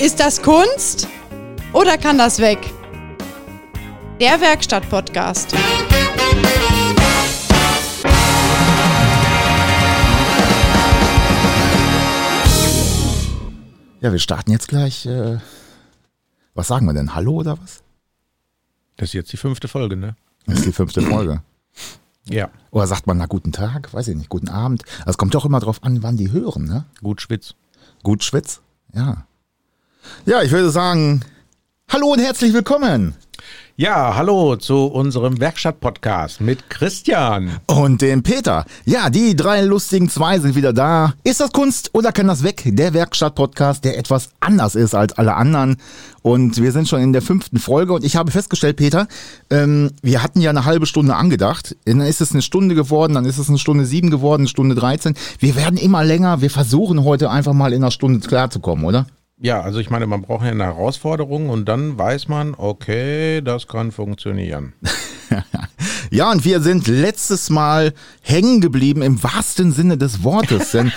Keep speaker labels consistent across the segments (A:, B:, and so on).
A: Ist das Kunst oder kann das weg? Der Werkstatt-Podcast.
B: Ja, wir starten jetzt gleich. Äh, was sagen wir denn? Hallo oder was?
C: Das ist jetzt die fünfte Folge, ne?
B: Das ist die fünfte Folge.
C: Ja.
B: Oder sagt man, na guten Tag, weiß ich nicht, guten Abend. Es kommt doch immer drauf an, wann die hören, ne?
C: Gut Schwitz.
B: Gut Schwitz? Ja. Ja, ich würde sagen, hallo und herzlich willkommen.
C: Ja, hallo zu unserem Werkstatt-Podcast mit Christian.
B: Und dem Peter. Ja, die drei lustigen zwei sind wieder da. Ist das Kunst oder kann das weg? Der Werkstatt-Podcast, der etwas anders ist als alle anderen. Und wir sind schon in der fünften Folge und ich habe festgestellt, Peter, ähm, wir hatten ja eine halbe Stunde angedacht. Dann ist es eine Stunde geworden, dann ist es eine Stunde sieben geworden, eine Stunde 13. Wir werden immer länger. Wir versuchen heute einfach mal in einer Stunde klarzukommen, oder?
C: Ja, also ich meine, man braucht ja eine Herausforderung und dann weiß man, okay, das kann funktionieren.
B: Ja, und wir sind letztes Mal hängen geblieben im wahrsten Sinne des Wortes, denn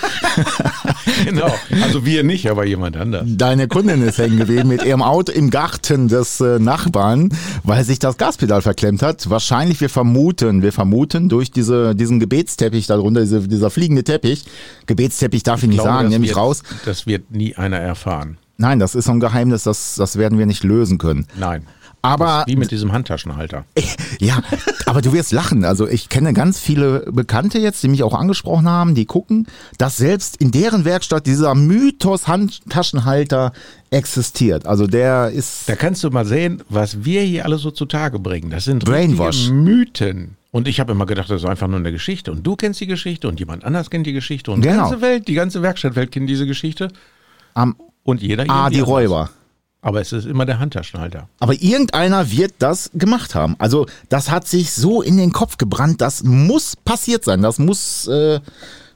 C: genau. Also wir nicht, aber jemand anders.
B: Deine Kundin ist hängen geblieben mit ihrem Auto im Garten des äh, Nachbarn, weil sich das Gaspedal verklemmt hat. Wahrscheinlich, wir vermuten, wir vermuten durch diese, diesen Gebetsteppich darunter, diese, dieser fliegende Teppich. Gebetsteppich darf ich, nicht sagen, nehme ich
C: wird,
B: raus.
C: Das wird nie einer erfahren.
B: Nein, das ist so ein Geheimnis, das, das werden wir nicht lösen können.
C: Nein.
B: Aber
C: Wie mit diesem Handtaschenhalter.
B: ja, aber du wirst lachen. Also ich kenne ganz viele Bekannte jetzt, die mich auch angesprochen haben, die gucken, dass selbst in deren Werkstatt dieser Mythos Handtaschenhalter existiert. Also der ist
C: Da kannst du mal sehen, was wir hier alles so zutage bringen. Das sind
B: Brainwash.
C: richtige Mythen. Und ich habe immer gedacht, das ist einfach nur eine Geschichte. Und du kennst die Geschichte und jemand anders kennt die Geschichte. Und die
B: Genau.
C: ganze Welt, die ganze Werkstattwelt kennt diese Geschichte.
B: am
C: Und jeder
B: Ah,
C: irgendwie
B: die
C: anders.
B: Räuber.
C: Aber es ist immer der Handtaschenhalter.
B: Aber irgendeiner wird das gemacht haben. Also das hat sich so in den Kopf gebrannt, das muss passiert sein, das muss äh,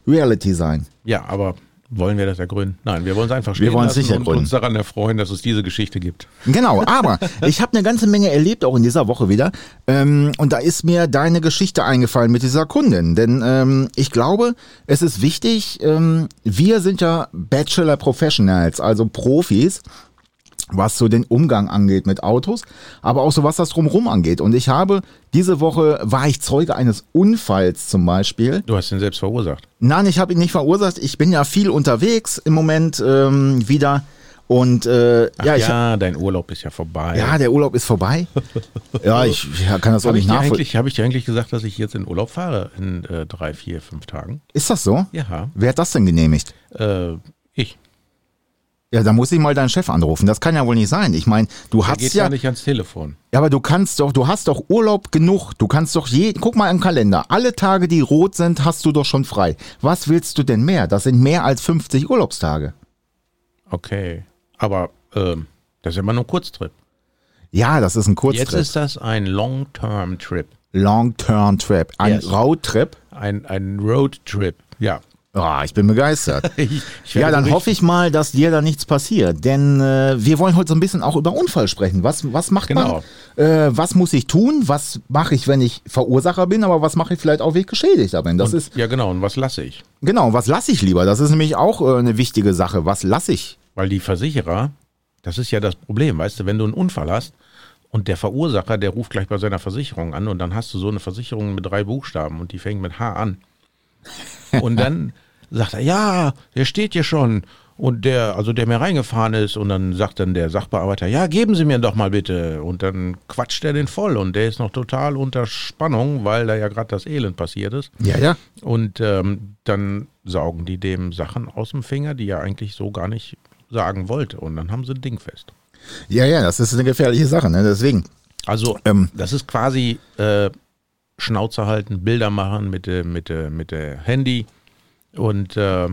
B: Reality sein.
C: Ja, aber wollen wir das ergründen? Nein, wir wollen es einfach stehen
B: wollen es
C: lassen
B: nicht
C: und
B: ergründen.
C: uns daran erfreuen, dass es diese Geschichte gibt.
B: Genau, aber ich habe eine ganze Menge erlebt, auch in dieser Woche wieder. Ähm, und da ist mir deine Geschichte eingefallen mit dieser Kundin. Denn ähm, ich glaube, es ist wichtig, ähm, wir sind ja Bachelor Professionals, also Profis was so den Umgang angeht mit Autos, aber auch so was das drumherum angeht. Und ich habe diese Woche war ich Zeuge eines Unfalls zum Beispiel.
C: Du hast ihn selbst verursacht.
B: Nein, ich habe ihn nicht verursacht. Ich bin ja viel unterwegs im Moment ähm, wieder und äh, ja, ich,
C: ja, dein Urlaub ist ja vorbei.
B: ja, der Urlaub ist vorbei. ja, ich ja, kann das auch
C: habe ich,
B: nicht
C: dir
B: nachvollziehen.
C: eigentlich- hab ich dir eigentlich gesagt, dass ich jetzt in Urlaub fahre in äh, drei, vier, fünf Tagen?
B: Ist das so?
C: Ja,
B: Wer hat das denn genehmigt?
C: äh, ich.
B: Ja, da muss ich mal deinen Chef anrufen. Das kann ja wohl nicht sein. Ich meine, du
C: Der
B: hast
C: geht
B: ja,
C: gar nicht ans Telefon.
B: Ja, aber du kannst doch, du hast doch Urlaub genug. Du kannst doch jeden, guck mal im Kalender. Alle Tage, die rot sind, hast du doch schon frei. Was willst du denn mehr? Das sind mehr als 50 Urlaubstage.
C: Okay. Aber ähm, das ist immer nur ein Kurztrip.
B: Ja, das ist ein
C: Jetzt
B: Kurztrip.
C: ist das ein Long-Term-Trip.
B: Long-Term-Trip. Ein
C: Yes.
B: Roadtrip.
C: Ein, ein Road-Trip. Ja.
B: Ah, ich bin begeistert.
C: Ich, ich
B: ja,
C: werde
B: dann
C: berichten.
B: hoffe ich mal, dass dir da nichts passiert. Denn äh, wir wollen heute so ein bisschen auch über Unfall sprechen. Was, was macht
C: Genau.
B: man? Äh, was muss ich tun? Was mache ich, wenn ich Verursacher bin? Aber was mache ich vielleicht auch, wenn ich Geschädigter bin? Das ist
C: Ja, genau. Und was lasse ich?
B: Genau, was lasse ich lieber? Das ist nämlich auch äh, eine wichtige Sache. Was lasse ich?
C: Weil die Versicherer, das ist ja das Problem, weißt du, wenn du einen Unfall hast und der Verursacher, der ruft gleich bei seiner Versicherung an und dann hast du so eine Versicherung mit drei Buchstaben und die fängt mit H an. Und dann sagt er, ja, der steht hier schon. Und der, also der mir reingefahren ist, und dann sagt dann der Sachbearbeiter, ja, geben Sie mir doch mal bitte. Und dann quatscht er den voll und der ist noch total unter Spannung, weil da ja gerade das Elend passiert ist.
B: Ja, ja.
C: Und ähm, dann saugen die dem Sachen aus dem Finger, die er eigentlich so gar nicht sagen wollte. Und dann haben sie ein Ding fest.
B: Ja, ja, das ist eine gefährliche Sache, ne? Deswegen.
C: Also,
B: Ähm.
C: das ist quasi äh, Schnauze halten, Bilder machen mit, der- mit, der- mit der Handy und äh,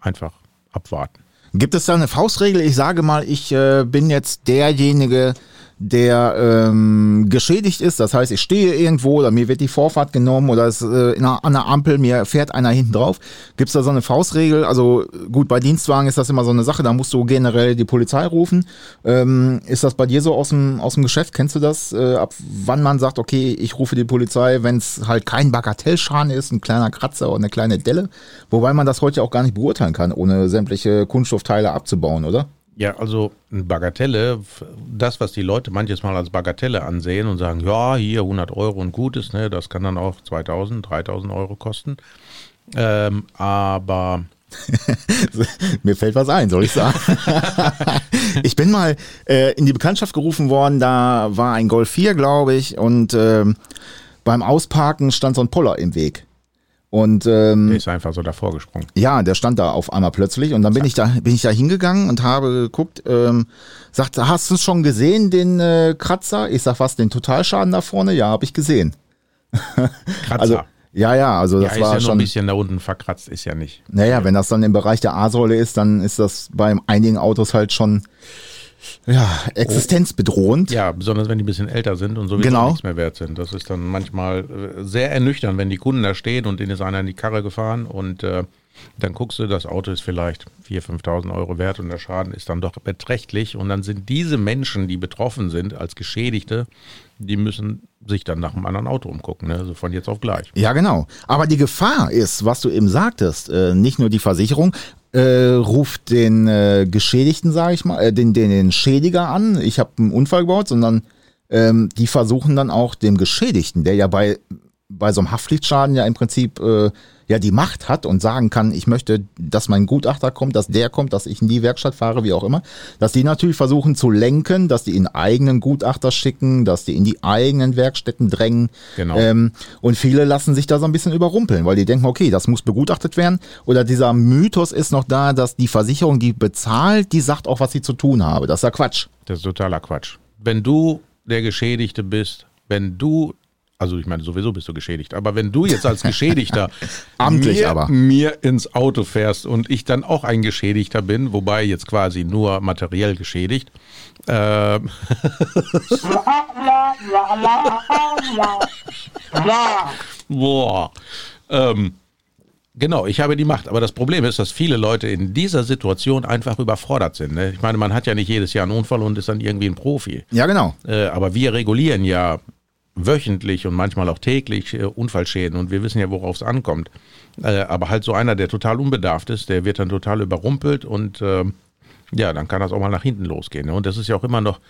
C: einfach abwarten.
B: Gibt es da eine Faustregel? Ich sage mal, ich äh, bin jetzt derjenige, der ähm, geschädigt ist. Das heißt, ich stehe irgendwo oder mir wird die Vorfahrt genommen oder es, äh, in einer, an einer Ampel, mir fährt einer hinten drauf. Gibt es da so eine Faustregel? Also gut, bei Dienstwagen ist das immer so eine Sache, da musst du generell die Polizei rufen. Ähm, ist das bei dir so aus dem, aus dem Geschäft? Kennst du das? Äh, ab wann man sagt, okay, ich rufe die Polizei, wenn es halt kein Bagatellschaden ist, ein kleiner Kratzer oder eine kleine Delle? Wobei man das heute auch gar nicht beurteilen kann, ohne sämtliche Kunststoffteile abzubauen, oder?
C: Ja, also eine Bagatelle, f- das, was die Leute manches Mal als Bagatelle ansehen und sagen, ja, hier 100 Euro und gut ist, ne, das kann dann auch 2000, 3000 Euro kosten. Ähm, aber
B: Mir fällt was ein, soll ich sagen. ich bin mal äh, in die Bekanntschaft gerufen worden, da war ein Golf 4, glaube ich, und ähm, beim Ausparken stand so ein Poller im Weg. Und ähm,
C: der ist einfach so davor gesprungen.
B: ja, der stand da auf einmal plötzlich und dann bin ich da bin ich da hingegangen und habe geguckt, ähm, sagte, hast du schon gesehen den äh, Kratzer? Ich sag, was den Totalschaden da vorne? Ja, habe ich gesehen.
C: Kratzer.
B: Also ja, ja, also
C: ja,
B: das
C: ist
B: war
C: ja nur ein
B: schon
C: bisschen da unten verkratzt, ist ja nicht.
B: Naja, wenn das dann im Bereich der A-Säule ist, dann ist das bei einigen Autos halt schon ja, existenzbedrohend.
C: Ja, besonders wenn die ein bisschen älter sind und sowieso
B: Genau.
C: nichts mehr wert sind. Das ist dann manchmal äh, sehr ernüchternd, wenn die Kunden da stehen und denen ist einer in die Karre gefahren und äh, dann guckst du, das Auto ist vielleicht 4.000, 5.000 Euro wert und der Schaden ist dann doch beträchtlich. Und dann sind diese Menschen, die betroffen sind als Geschädigte, die müssen sich dann nach einem anderen Auto umgucken. Ne? Also von jetzt auf gleich.
B: Ja, genau. Aber die Gefahr ist, was du eben sagtest, äh, nicht nur die Versicherung äh, ruft den äh, Geschädigten, sage ich mal, äh, den, den, den Schädiger an, ich habe einen Unfall gebaut, sondern ähm, die versuchen dann auch dem Geschädigten, der ja bei, bei so einem Haftpflichtschaden ja im Prinzip äh, ja die Macht hat und sagen kann, ich möchte, dass mein Gutachter kommt, dass der kommt, dass ich in die Werkstatt fahre, wie auch immer, dass die natürlich versuchen zu lenken, dass die in eigenen Gutachter schicken, dass die in die eigenen Werkstätten drängen,
C: Genau.
B: ähm, und viele lassen sich da so ein bisschen überrumpeln, weil die denken, okay, das muss begutachtet werden. Oder dieser Mythos ist noch da, dass die Versicherung, die bezahlt, die sagt auch, was sie zu tun habe. Das ist ja Quatsch.
C: Das ist totaler Quatsch. Wenn du der Geschädigte bist, wenn du, also ich meine, sowieso bist du geschädigt, aber wenn du jetzt als Geschädigter
B: Amtlich
C: mir,
B: aber.
C: mir ins Auto fährst und ich dann auch ein Geschädigter bin, wobei jetzt quasi nur materiell geschädigt, äh,
D: la la la la la la.
C: boah, ähm, genau, ich habe die Macht. Aber das Problem ist, dass viele Leute in dieser Situation einfach überfordert sind. Ne? Ich meine, man hat ja nicht jedes Jahr einen Unfall und ist dann irgendwie ein Profi.
B: Ja, genau.
C: Äh, aber wir regulieren ja wöchentlich und manchmal auch täglich äh, Unfallschäden und wir wissen ja, worauf es ankommt. Äh, aber halt so einer, der total unbedarft ist, der wird dann total überrumpelt und ähm, ja, dann kann das auch mal nach hinten losgehen. Ne? Und das ist ja auch immer noch,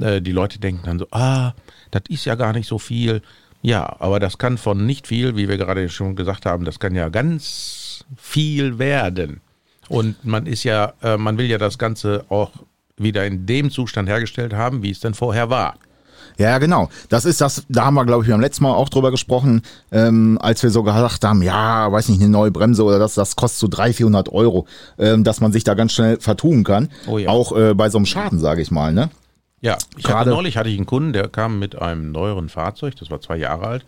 C: äh, die Leute denken dann so, ah, das ist ja gar nicht so viel. Ja, aber das kann von nicht viel, wie wir gerade schon gesagt haben, das kann ja ganz viel werden. Und man ist ja, äh, man will ja das Ganze auch wieder in dem Zustand hergestellt haben, wie es denn vorher war.
B: Ja, ja, genau. Das ist das, da haben wir, glaube ich, beim letzten Mal auch drüber gesprochen, ähm, als wir so gesagt haben, ja, weiß nicht, eine neue Bremse oder das, das kostet so 300, 400 Euro, ähm, dass man sich da ganz schnell vertun kann.
C: Oh ja.
B: Auch äh, bei so einem Schaden, sage ich mal. Ne?
C: Ja, ich hatte
B: Gerade-
C: neulich hatte ich einen Kunden, der kam mit einem neueren Fahrzeug, das war zwei Jahre alt.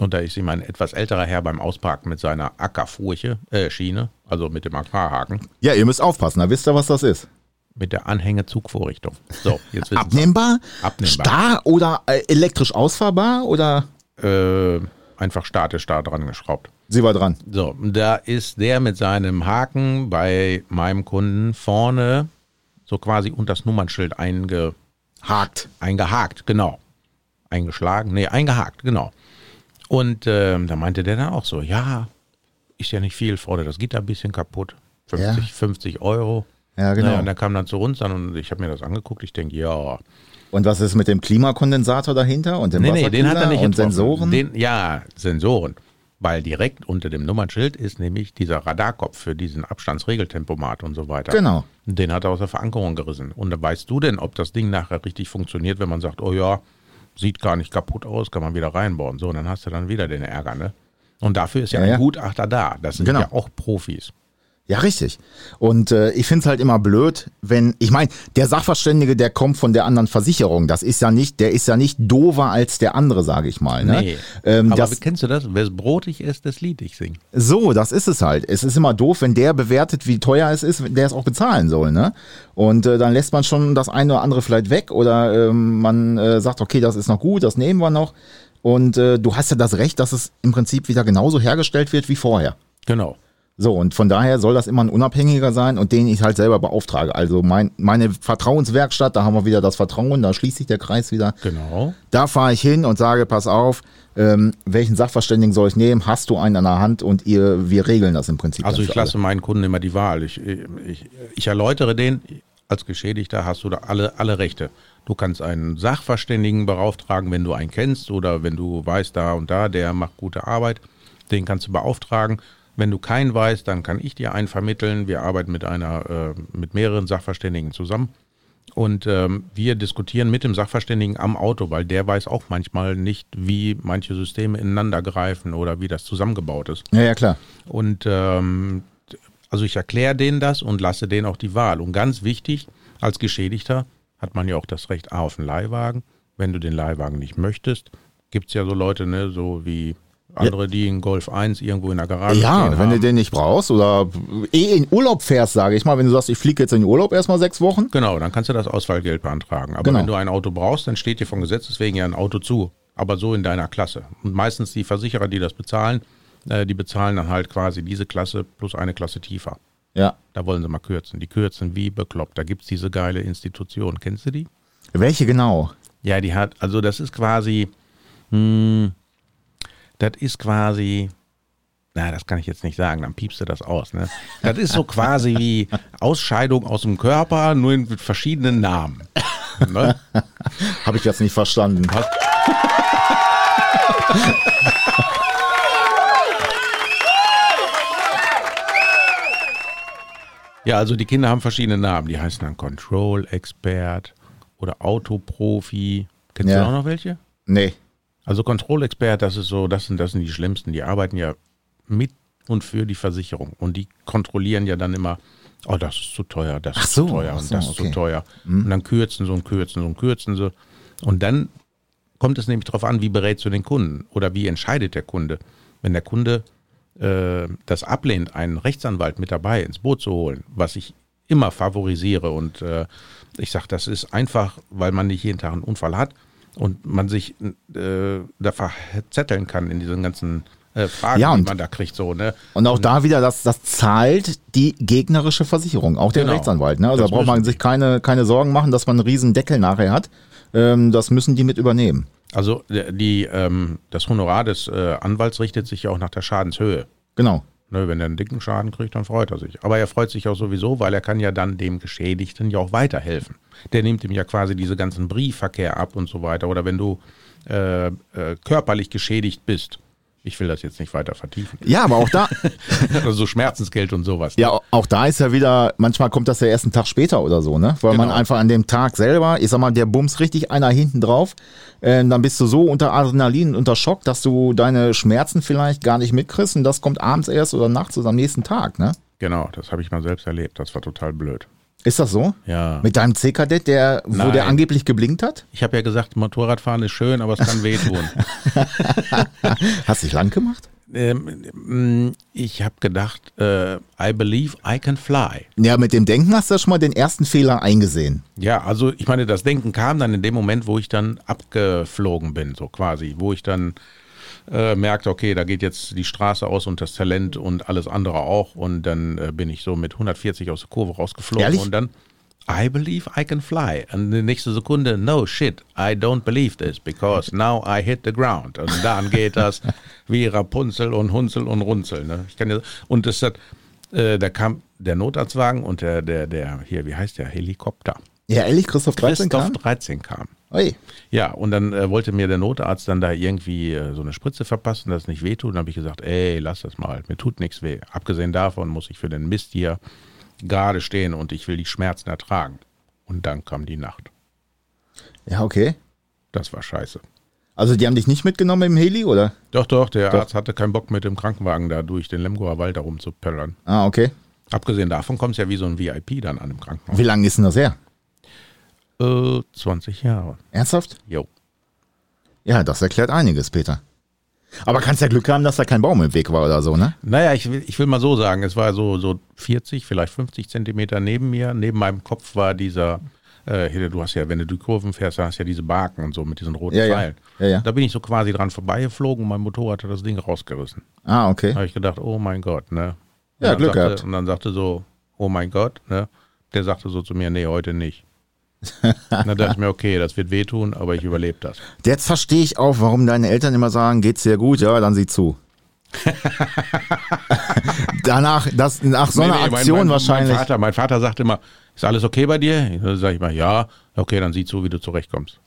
C: Und da ist ihm ein etwas älterer Herr beim Ausparken mit seiner Ackerfurche, äh, Schiene, also mit dem Agrarhaken,
B: Ja, ihr müsst aufpassen, da wisst ihr, was das ist.
C: mit der Anhängezugvorrichtung. So, jetzt wissen
B: Abnehmbar,
C: Abnehmbar.
B: starr oder äh, elektrisch ausfahrbar oder
C: Sie. Äh, einfach statisch da dran geschraubt.
B: sie war dran?
C: So, da ist der mit seinem Haken bei meinem Kunden vorne so quasi unter das Nummernschild einge,
B: Hakt.
C: Eingehakt, genau. Eingeschlagen, nee, eingehakt, genau. Und ähm, da meinte der dann auch so, ja, ist ja nicht viel, Freunde, das geht da ein bisschen kaputt. 50, 50 Euro.
B: Ja, genau.
C: Naja, und dann kam dann zu uns dann und ich habe mir das angeguckt, ich denke, ja.
B: Und was ist mit dem Klimakondensator dahinter und dem
C: Nee, nee, den hat er
B: Wasserkühler
C: nicht
B: und
C: getroffen.
B: Sensoren?
C: Den, ja, Sensoren. Weil direkt unter dem Nummernschild ist nämlich dieser Radarkopf für diesen Abstandsregeltempomat und so weiter.
B: Genau.
C: Den hat er aus der Verankerung gerissen. Und dann weißt du denn, ob das Ding nachher richtig funktioniert, wenn man sagt, oh ja, sieht gar nicht kaputt aus, kann man wieder reinbauen. So, und dann hast du dann wieder den Ärger, ne? Und dafür ist ja,
B: Ja,
C: ein
B: ja.
C: Gutachter da. Das sind
B: Genau.
C: ja auch Profis.
B: Ja, richtig. Und äh, ich find's halt immer blöd, wenn, ich meine, der Sachverständige, der kommt von der anderen Versicherung. Das ist ja nicht, der ist ja nicht dover als der andere, sage ich mal. Ne? Ähm,
C: Aber
B: das,
C: kennst du das? Wer's brotig ist, das Lied ich sing.
B: so, das ist es halt. Es ist immer doof, wenn der bewertet, wie teuer es ist, der es auch bezahlen soll. Ne? Und äh, dann lässt man schon das eine oder andere vielleicht weg oder ähm, man äh, sagt, okay, das ist noch gut, das nehmen wir noch. Und äh, du hast ja das Recht, dass es im Prinzip wieder genauso hergestellt wird wie vorher.
C: Genau.
B: So, und von daher soll das immer ein Unabhängiger sein und den ich halt selber beauftrage. Also mein, meine Vertrauenswerkstatt, da haben wir wieder das Vertrauen, da schließt sich der Kreis wieder.
C: Genau.
B: Da fahre ich hin und sage, pass auf, ähm, welchen Sachverständigen soll ich nehmen? Hast du einen an der Hand und ihr, wir regeln das im Prinzip.
C: Also
B: dann
C: ich
B: für alle.
C: lasse meinen Kunden immer die Wahl. Ich, ich, ich erläutere den Als Geschädigter hast du da alle, alle Rechte. Du kannst einen Sachverständigen beauftragen, wenn du einen kennst oder wenn du weißt, da und da, der macht gute Arbeit. Den kannst du beauftragen. Wenn du keinen weißt, dann kann ich dir einen vermitteln. Wir arbeiten mit einer, äh, mit mehreren Sachverständigen zusammen. Und ähm, wir diskutieren mit dem Sachverständigen am Auto, weil der weiß auch manchmal nicht, wie manche Systeme ineinander greifen oder wie das zusammengebaut ist.
B: Ja, ja, klar.
C: Und ähm, also ich erkläre denen das und lasse denen auch die Wahl. Und ganz wichtig, als Geschädigter hat man ja auch das Recht A auf einen Leihwagen. Wenn du den Leihwagen nicht möchtest, gibt es ja so Leute, ne, so wie andere, die einen Golf 1 irgendwo in der Garage
B: Ja,
C: stehen
B: wenn du
C: haben.
B: den nicht brauchst oder eh in Urlaub fährst, sage ich mal, wenn du sagst, ich fliege jetzt in den Urlaub erstmal sechs Wochen.
C: Genau, dann kannst du das Ausfallgeld beantragen. Aber
B: Genau.
C: wenn du ein Auto brauchst, dann steht dir von Gesetzes wegen ja ein Auto zu. Aber so in deiner Klasse. Und meistens die Versicherer, die das bezahlen, äh, die bezahlen dann halt quasi diese Klasse plus eine Klasse tiefer.
B: Ja.
C: Da wollen sie mal kürzen. Die kürzen wie bekloppt. Da gibt es diese geile Institution. Kennst du die?
B: Welche genau?
C: Ja, die hat, also das ist quasi, hm, das ist quasi, na, das kann ich jetzt nicht sagen, dann piepst du das aus. Ne? Das ist so quasi wie Ausscheidung aus dem Körper, nur in- mit verschiedenen Namen. Ne?
B: Habe ich jetzt nicht verstanden.
C: Ja, also die Kinder haben verschiedene Namen. Die heißen dann Control-Expert oder Autoprofi. Kennst
B: Ja.
C: du auch noch welche?
B: Nee.
C: Also Control-Expert, das ist so, das sind, das sind die Schlimmsten. Die arbeiten ja mit und für die Versicherung. Und die kontrollieren ja dann immer, oh, das ist zu teuer, das ist
B: so,
C: zu teuer
B: ach
C: und
B: so,
C: das ist
B: okay. Mhm.
C: zu teuer. Und dann kürzen sie und kürzen sie und kürzen sie. Und dann kommt es nämlich darauf an, wie berätst du den Kunden oder wie entscheidet der Kunde. Wenn der Kunde äh, das ablehnt, einen Rechtsanwalt mit dabei ins Boot zu holen, was ich immer favorisiere und äh, ich sage, das ist einfach, weil man nicht jeden Tag einen Unfall hat und man sich äh, da verzetteln kann in diesen ganzen äh, Fragen,
B: Ja,
C: die
B: und-
C: man da kriegt. So, ne?
B: Und auch da wieder, das, das zahlt die gegnerische Versicherung, auch der
C: Genau.
B: Rechtsanwalt. Ne? Also
C: Das
B: da braucht man
C: müssen
B: sich keine, keine Sorgen machen, dass man einen riesen Deckel nachher hat. Ähm, das müssen die mit übernehmen.
C: Also der- die, ähm, das Honorar des äh, Anwalts richtet sich ja auch nach der Schadenshöhe.
B: Genau.
C: Ne, wenn er einen dicken Schaden kriegt, dann freut er sich. Aber er freut sich auch sowieso, weil er kann ja dann dem Geschädigten ja auch weiterhelfen. Der nimmt ihm ja quasi diese ganzen Briefverkehr ab und so weiter. Oder wenn du äh, äh, körperlich geschädigt bist. Ich will das jetzt nicht weiter vertiefen.
B: Ja, aber auch da,
C: Also so Schmerzensgeld und sowas.
B: ja, auch da ist ja wieder, manchmal kommt das ja erst einen Tag später oder so, ne? Weil man
C: Genau.
B: einfach an dem Tag selber, ich sag mal, der bums richtig einer hinten drauf, ähm, dann bist du so unter Adrenalin, und unter Schock, dass du deine Schmerzen vielleicht gar nicht mitkriegst und das kommt abends erst oder nachts oder am nächsten Tag, ne?
C: Genau, das habe ich mal selbst erlebt. Das war total blöd.
B: Ist das so?
C: Ja.
B: Mit deinem C-Kadett, der, wo
C: Nein.
B: der angeblich geblinkt hat?
C: Ich habe ja gesagt, Motorradfahren ist schön, aber es kann wehtun.
B: Hast du dich lang gemacht?
C: ähm, mm, ich habe gedacht, äh, I believe I can fly.
B: Ja, mit dem Denken hast du schon mal den ersten Fehler eingesehen.
C: Ja, also ich meine, das Denken kam dann in dem Moment, wo ich dann abgeflogen bin, so quasi, wo ich dann äh, merkte, okay, da geht jetzt die Straße aus und das Talent und alles andere auch und dann äh, bin ich so mit 140 aus der Kurve rausgeflogen
B: Ehrlich?
C: und dann I believe I can fly. Und die nächste Sekunde, no shit, I don't believe this because now I hit the ground. Und dann geht das wie Rapunzel und Hunzel und Runzel. Ne? Ich kann ja, und das hat, äh, da kam der Notarztwagen und der, der, der, hier, wie heißt der? Helikopter.
B: Ja, ehrlich, Christoph 13
C: Christoph
B: kam?
C: 13 kam.
B: Ey,
C: Ja, und dann äh, wollte mir der Notarzt dann da irgendwie äh, so eine Spritze verpassen, dass es nicht wehtut. Und dann habe ich gesagt, ey, lass das mal, mir tut nichts weh. Abgesehen davon muss ich für den Mist hier gerade stehen und ich will die Schmerzen ertragen. Und dann kam die Nacht.
B: ja, okay.
C: Das war scheiße.
B: Also die haben dich nicht mitgenommen im Heli, oder?
C: Doch, doch, der Arzt hatte keinen Bock mit dem Krankenwagen da durch den Lemgoer Wald da rumzupöllern.
B: Ah, okay.
C: Abgesehen davon kommt es ja wie so ein VIP dann an dem Krankenhaus.
B: Wie lange ist denn das her?
C: Äh, 20 Jahre.
B: Ernsthaft?
C: Jo.
B: Ja, das erklärt einiges, Peter. Aber kannst ja Glück haben, dass da kein Baum im Weg war oder so, ne?
C: Naja, ich will, ich will mal so sagen, es war so, so 40, vielleicht 50 Zentimeter neben mir. Neben meinem Kopf war dieser, äh, hier, du hast ja, wenn du die Kurven fährst, hast du ja diese Barken und so mit diesen roten
B: Ja, ja.
C: Pfeilen.
B: Ja, ja.
C: Da bin ich so quasi dran vorbeigeflogen und mein Motorrad hat das Ding rausgerissen.
B: Ah, okay.
C: Da habe ich gedacht, oh mein Gott, ne? Und
B: Ja,
C: dann
B: Glück
C: sagte,
B: gehabt.
C: Und dann sagte so, oh mein Gott, ne? Der sagte so zu mir, nee, heute nicht. dann dachte ich mir, okay, das wird wehtun, aber ich überlebe das.
B: Jetzt verstehe ich auch, warum deine Eltern immer sagen, geht's dir gut, ja, dann sieh zu. danach, das, nach so einer
C: Nee, nee, mein-
B: Aktion
C: mein,
B: wahrscheinlich.
C: Mein Vater, mein Vater sagt immer, ist alles okay bei dir? Dann sag ich mal, ja. Okay, dann sieh zu, wie du zurechtkommst.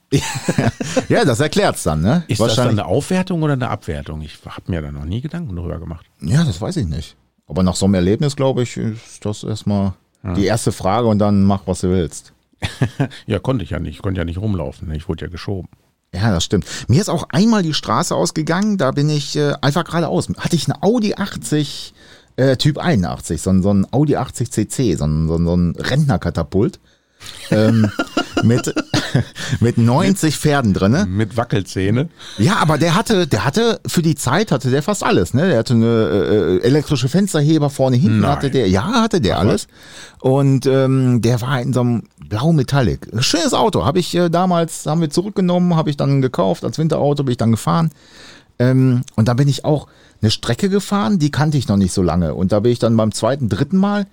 B: ja, das erklärt's dann, ne?
C: Ist das dann
B: wahrscheinlich.
C: eine Aufwertung oder eine Abwertung? Ich habe mir da noch nie Gedanken drüber gemacht.
B: ja, das weiß ich nicht. Aber nach so einem Erlebnis, glaube ich, ist das erstmal die erste Frage und dann mach, was du willst.
C: Ja, konnte ich ja nicht. Ich konnte ja nicht rumlaufen. ne? Ich wurde ja geschoben.
B: Ja, das stimmt. Mir ist auch einmal die Straße ausgegangen, da bin ich äh, einfach geradeaus. Hatte ich einen Audi 80, äh, Typ 81, so ein, so ein Audi 80 CC, so ein, so ein, so ein Rentnerkatapult. ähm, mit, mit 90 Pferden drinne.
C: Mit Wackelzähne.
B: Ja, aber der hatte, der hatte für die Zeit hatte der fast alles, ne? Der hatte eine äh, elektrische Fensterheber vorne hinten
C: Nein.
B: hatte der, ja, hatte der alles. Und ähm, der war in so einem blau Metallic. Schönes Auto, habe ich äh, damals haben wir zurückgenommen, habe ich dann gekauft als Winterauto, bin ich dann gefahren. Ähm, und dann bin ich auch eine Strecke gefahren, die kannte ich noch nicht so lange und da bin ich dann beim zweiten, dritten Mal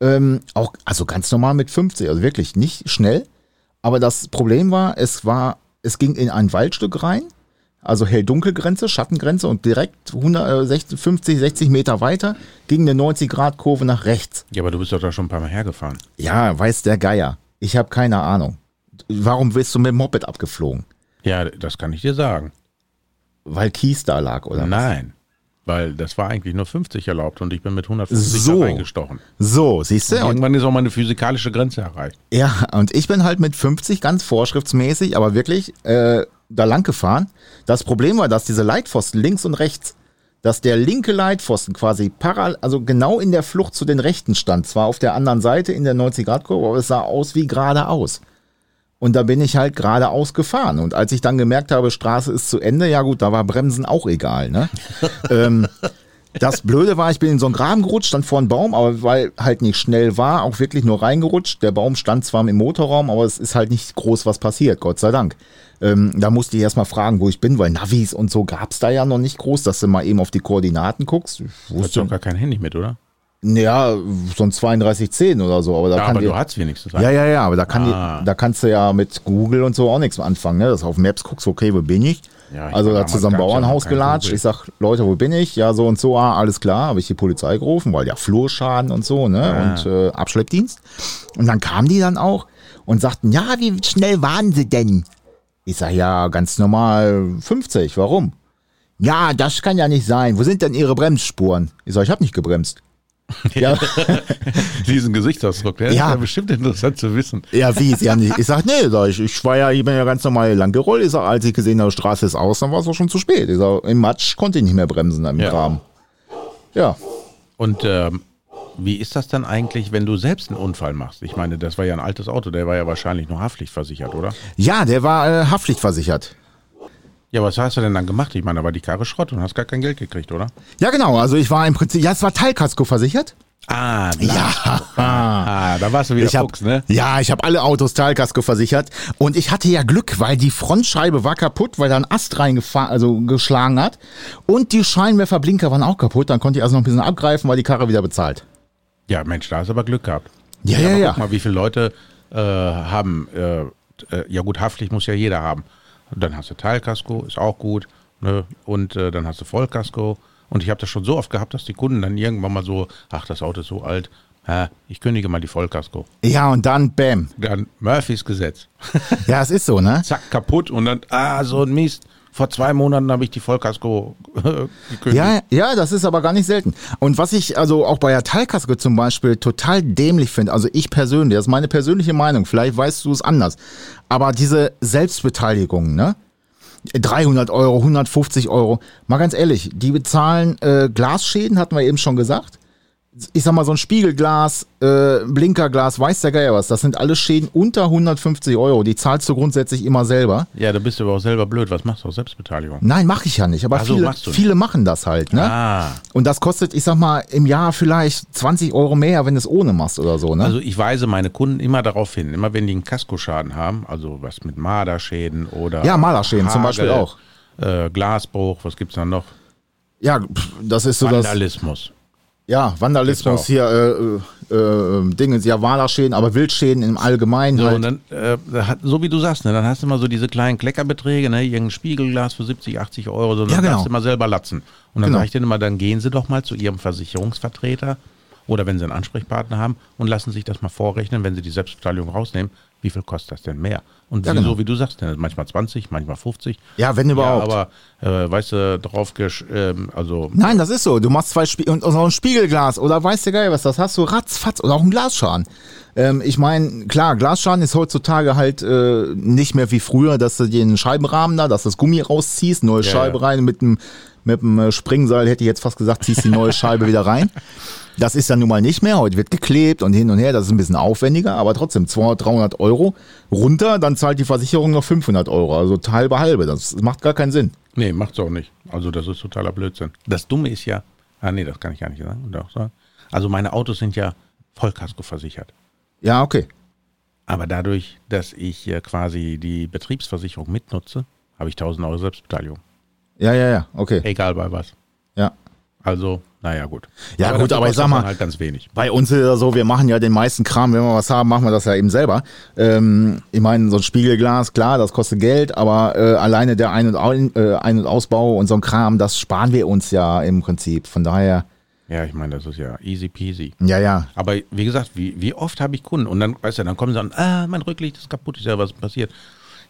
B: ähm, auch also ganz normal mit 50, also wirklich nicht schnell, aber das Problem war, es war es ging in ein Waldstück rein also Hell-Dunkel-Grenze, Schattengrenze und direkt 100, äh, 60, 50, 60 Meter weiter ging eine 90-Grad-Kurve nach rechts.
C: Ja, aber du bist doch da schon ein paar Mal hergefahren.
B: Ja, weiß der Geier. Ich habe keine Ahnung. Warum bist du mit dem Moped abgeflogen?
C: Ja, das kann ich dir sagen.
B: Weil Kies da lag, oder?
C: Nein. Weil das war eigentlich nur 50 erlaubt und ich bin mit 150
B: So.
C: da reingestochen.
B: So, siehst du? Und,
C: Irgendwann ist auch mal eine physikalische Grenze erreicht.
B: ja, und ich bin halt mit 50 ganz vorschriftsmäßig, aber wirklich äh, da lang gefahren. Das Problem war, dass diese Leitpfosten links und rechts, dass der linke Leitpfosten quasi parallel, also genau in der Flucht zu den rechten stand. Zwar auf der anderen Seite in der 90-Grad-Kurve, aber es sah aus wie geradeaus. Und da bin ich halt geradeaus gefahren. Und als ich dann gemerkt habe, Straße ist zu Ende, ja gut, da war Bremsen auch egal. Ne? ähm, das Blöde war, ich bin in so einen Graben gerutscht, stand vor einem Baum, aber weil halt nicht schnell war, auch wirklich nur reingerutscht. Der Baum stand zwar im Motorraum, aber es ist halt nicht groß was passiert, Gott sei Dank. Ähm, da musste ich erstmal fragen, wo ich bin, weil Navis und so gab's da ja noch nicht groß, dass du mal eben auf die Koordinaten guckst. Ich
C: Du hast doch
B: wusste,
C: gar kein Handy mit, oder?
B: ja, so ein 3210 oder so, aber da
C: Ja,
B: kann
C: aber
B: dir-
C: du hast wenigstens
B: ja, ja, ja, aber da, kann
C: Ah.
B: die, da kannst du ja mit Google und so auch nichts anfangen, ne? Dass du auf Maps guckst, okay, wo bin ich?
C: Ja, ich
B: also
C: hab
B: da zu so einem
C: damals gab's ja noch
B: Bauernhaus
C: kein
B: gelatscht.
C: Google.
B: Ich sag, Leute, wo bin ich? Ja, so und so, ah, alles klar, habe ich die Polizei gerufen, weil ja Flurschaden und so, ne?
C: Ah.
B: Und äh, Abschleppdienst. Und dann kamen die dann auch und sagten, ja, wie schnell waren sie denn? Ich sag, ja, ganz normal 50, warum? Ja, das kann ja nicht sein. Wo sind denn ihre Bremsspuren? Ich sag, ich habe nicht gebremst. ja.
C: Diesen Gesichtsausdruck, der
B: Ja.
C: ist ja bestimmt interessant zu wissen.
B: Ja, wie? Sie haben nicht. Ich sag, nee, sag ich, ich war ja, ich bin ja ganz normal hier lang gerollt. Ich sag, als ich gesehen habe, Straße ist aus, dann war es auch schon zu spät. Ich sag, im Matsch konnte ich nicht mehr bremsen im
C: Ja.
B: Graben. Ja.
C: Und ähm, wie ist das dann eigentlich, wenn du selbst einen Unfall machst? Ich meine, das war ja ein altes Auto, der war ja wahrscheinlich nur haftpflichtversichert, oder?
B: Ja, der war äh, haftpflichtversichert.
C: Ja, was hast du denn dann gemacht? Ich meine, da war die Karre Schrott und hast gar kein Geld gekriegt, oder?
B: Ja, genau. Also ich war im Prinzip, ja, es war Teilkasko versichert.
C: Ah, Ah, da warst du wieder
B: Ich hab,
C: Fuchs, ne?
B: Ja, ich habe alle Autos Teilkasko versichert und ich hatte ja Glück, weil die Frontscheibe war kaputt, weil da ein Ast reingefahren, also geschlagen hat und die Scheinwerferblinker waren auch kaputt. Dann konnte ich also noch ein bisschen abgreifen, war die Karre wieder bezahlt.
C: Ja, Mensch, da hast du aber Glück gehabt.
B: Ja, ja,
C: aber
B: ja.
C: Guck mal, wie viele Leute äh, haben. Äh, äh, ja, gut, Haftpflicht muss ja jeder haben. Und dann hast du Teilkasko, ist auch gut. Ne? Und äh, dann hast du Vollkasko. Und ich habe das schon so oft gehabt, dass die Kunden dann irgendwann mal so: Ach, das Auto ist so alt. Hä, ich kündige mal die Vollkasko.
B: Ja, und dann Bäm.
C: Dann Murphys Gesetz.
B: Ja, es ist so, ne?
C: Zack, kaputt. Und dann, ah, so ein Mist. Vor zwei Monaten habe ich die Vollkasko äh, gekündigt.
B: Ja, ja, das ist aber gar nicht selten. Und was ich also auch bei der Teilkaske zum Beispiel total dämlich finde, also ich persönlich, das ist meine persönliche Meinung, vielleicht weißt du es anders, aber diese Selbstbeteiligung, ne? 300 Euro, 150 Euro, mal ganz ehrlich, die bezahlen äh, Glasschäden, hatten wir eben schon gesagt. Ich sag mal, so ein Spiegelglas, äh, Blinkerglas, weiß der Geier was, das sind alles Schäden unter 150 Euro, die zahlst du grundsätzlich immer selber.
C: ja, da bist du aber auch selber blöd. Was machst du aus Selbstbeteiligung?
B: Nein, mache ich ja nicht, aber
C: Ach so,
B: viele,
C: Also machst du nicht.
B: viele machen das halt, ne?
C: Ah.
B: Und das kostet, ich sag mal, im Jahr vielleicht 20 Euro mehr, wenn du es ohne machst oder so, ne?
C: Also ich weise meine Kunden immer darauf hin, immer wenn die einen Kaskoschaden haben, also was mit Marderschäden oder
B: Ja, Marderschäden zum Beispiel auch.
C: äh, Glasbruch, was gibt's da noch?
B: ja, pff, das Halt. ist so das.
C: Vandalismus.
B: Ja, Vandalismus
C: Gibt's auch.
B: hier, äh, äh, äh, Dinge, ja, Walerschäden, aber Wildschäden im Allgemeinen
C: So,
B: halt.
C: und dann, äh, da hat- so wie du sagst, ne, dann hast du immer so diese kleinen Kleckerbeträge, ne, irgendein Spiegelglas für 70, 80 Euro, so, dann
B: Ja, genau.
C: darfst du immer selber latzen. Und dann
B: Genau.
C: sage ich denen immer, dann gehen sie doch mal zu ihrem Versicherungsvertreter oder wenn sie einen Ansprechpartner haben und lassen sich das mal vorrechnen, wenn sie die Selbstbeteiligung rausnehmen, wie viel kostet das denn mehr? Und
B: Ja,
C: wie-
B: genau.
C: so wie du sagst, ne, manchmal 20, manchmal 50.
B: Ja, wenn überhaupt.
C: Ja, aber äh, weißt du, drauf, gesch- ähm, also
B: Nein, das ist so. Du machst zwei Spie und, und so ein Spiegelglas oder weißt du geil was, das hast du ratzfatz oder auch ein Glasschaden. Ähm, ich meine, klar, Glasschaden ist heutzutage halt äh, nicht mehr wie früher, dass du den Scheibenrahmen da, dass du das Gummi rausziehst, neue
C: Ja,
B: Scheibe
C: ja.
B: rein mit dem mit dem äh, Springseil hätte ich jetzt fast gesagt, ziehst die neue Scheibe wieder rein. Das ist dann nun mal nicht mehr. Heute wird geklebt und hin und her. Das ist ein bisschen aufwendiger, aber trotzdem 200, 300 Euro runter, dann zahlt die Versicherung noch 500 Euro. Also halbe halbe. Das macht gar keinen Sinn.
C: Nee, macht's auch nicht. Also das ist totaler Blödsinn. Das Dumme ist ja, ah nee, das kann ich gar nicht sagen. Doch, sagen. Also meine Autos sind ja Vollkasko versichert.
B: Ja, okay.
C: Aber dadurch, dass ich äh, quasi die Betriebsversicherung mitnutze, habe ich 1000 Euro Selbstbeteiligung.
B: Ja, ja, ja, okay.
C: Egal bei was.
B: Ja.
C: Also, naja gut.
B: Ja, gut,
C: dafür
B: aber ich
C: kostet
B: sag mal-
C: dann halt ganz wenig.
B: Bei uns ist das so, wir machen ja den meisten Kram, wenn wir was haben, machen wir das ja eben selber. Ähm, ich meine, so ein Spiegelglas, klar, das kostet Geld, aber äh, alleine der Ein- und, Ein äh, Ein und Ausbau und so ein Kram, das sparen wir uns ja im Prinzip. Von daher,
C: Ja, ich meine, das ist ja easy peasy.
B: ja, ja.
C: Aber wie gesagt, wie, wie oft habe ich Kunden und dann, weißt du, dann kommen sie an, ah, mein Rücklicht ist kaputt, ist ja was passiert.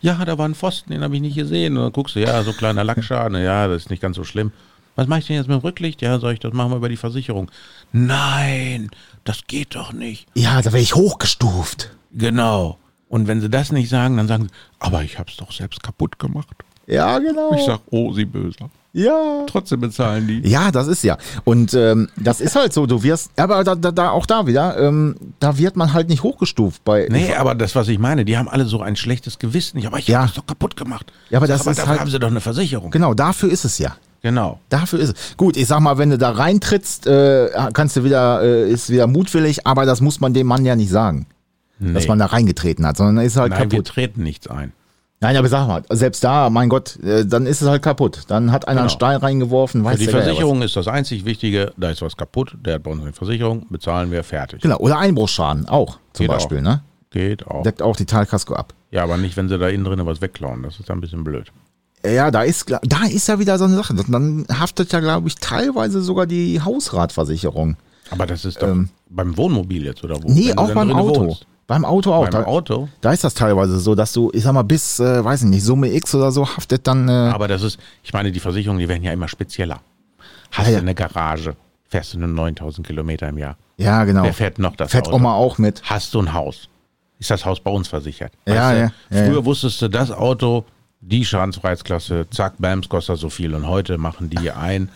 C: Ja, da war ein Pfosten, den habe ich nicht gesehen. Und dann guckst du, ja, so kleiner Lackschaden, ja, das ist nicht ganz so schlimm. Was mache ich denn jetzt mit dem Rücklicht? Ja, sag ich, das machen wir über die Versicherung. Nein, das geht doch nicht.
B: Ja, da wäre ich hochgestuft.
C: Genau. Und wenn sie das nicht sagen, dann sagen sie, aber ich habe es doch selbst kaputt gemacht.
B: Ja, genau.
C: Ich sag, oh, sie böser.
B: ja.
C: Trotzdem bezahlen die.
B: Ja, das ist ja. Und ähm, das ist halt so, du wirst, aber da, da, da auch da wieder, ähm, da wird man halt nicht hochgestuft bei.
C: Nee, aber das, was ich meine, die haben alle so ein schlechtes Gewissen. Ja, aber ich
B: Ja.
C: habe es doch kaputt gemacht.
B: Ja, aber das ist
C: dafür
B: halt-
C: haben sie doch eine Versicherung.
B: Genau, dafür ist es ja.
C: Genau.
B: Dafür ist es. Gut, ich sag mal, wenn du da reintrittst, äh, kannst du wieder, äh, ist wieder mutwillig, aber das muss man dem Mann ja nicht sagen, dass man da reingetreten hat, sondern ist halt
C: Nein, wir
B: kaputt.
C: treten nichts ein.
B: Nein, aber sag mal, selbst da, mein Gott, äh, dann ist es halt kaputt. Dann hat einer einen
C: Genau.
B: Stein reingeworfen,
C: Für
B: weiß
C: die
B: der Geier was.
C: Versicherung ist das einzig Wichtige, da ist was kaputt, der hat bei uns eine Versicherung, bezahlen wir, fertig.
B: Genau, oder Einbruchschaden auch, zum
C: Geht auch.
B: Beispiel, ne?
C: Geht auch.
B: Deckt auch die Talkasko ab.
C: Ja, aber nicht, wenn sie da innen drin was wegklauen, das ist dann ein bisschen blöd.
B: Ja, da ist, gla- da ist ja wieder so eine Sache. Dann haftet ja, glaube ich, teilweise sogar die Hausratversicherung.
C: Aber das ist doch beim Wohnmobil jetzt oder wo? Wenn
B: Ähm, Nee,
C: du
B: auch
C: dann
B: beim
C: drinnen
B: Auto.
C: wohnst.
B: Beim Auto auch.
C: Beim
B: da,
C: Auto?
B: Da ist das teilweise so, dass du, ich sag mal, bis, äh, weiß ich nicht, Summe X oder so haftet dann. Äh,
C: Aber das ist, ich meine, die Versicherungen, die werden ja immer spezieller. Hast
B: Ah,
C: du
B: ja.
C: eine Garage, fährst du nur 9000 Kilometer im Jahr.
B: ja, genau.
C: Wer fährt noch das
B: Fährt
C: Auto?
B: Oma auch mit.
C: Hast du ein Haus? Ist das Haus bei uns versichert?
B: Ja,
C: du,
B: ja, ja,
C: Früher
B: ja.
C: wusstest du, das Auto, die Schadensfreiheitsklasse, zack, Bams, kostet so viel. Und heute machen die ein.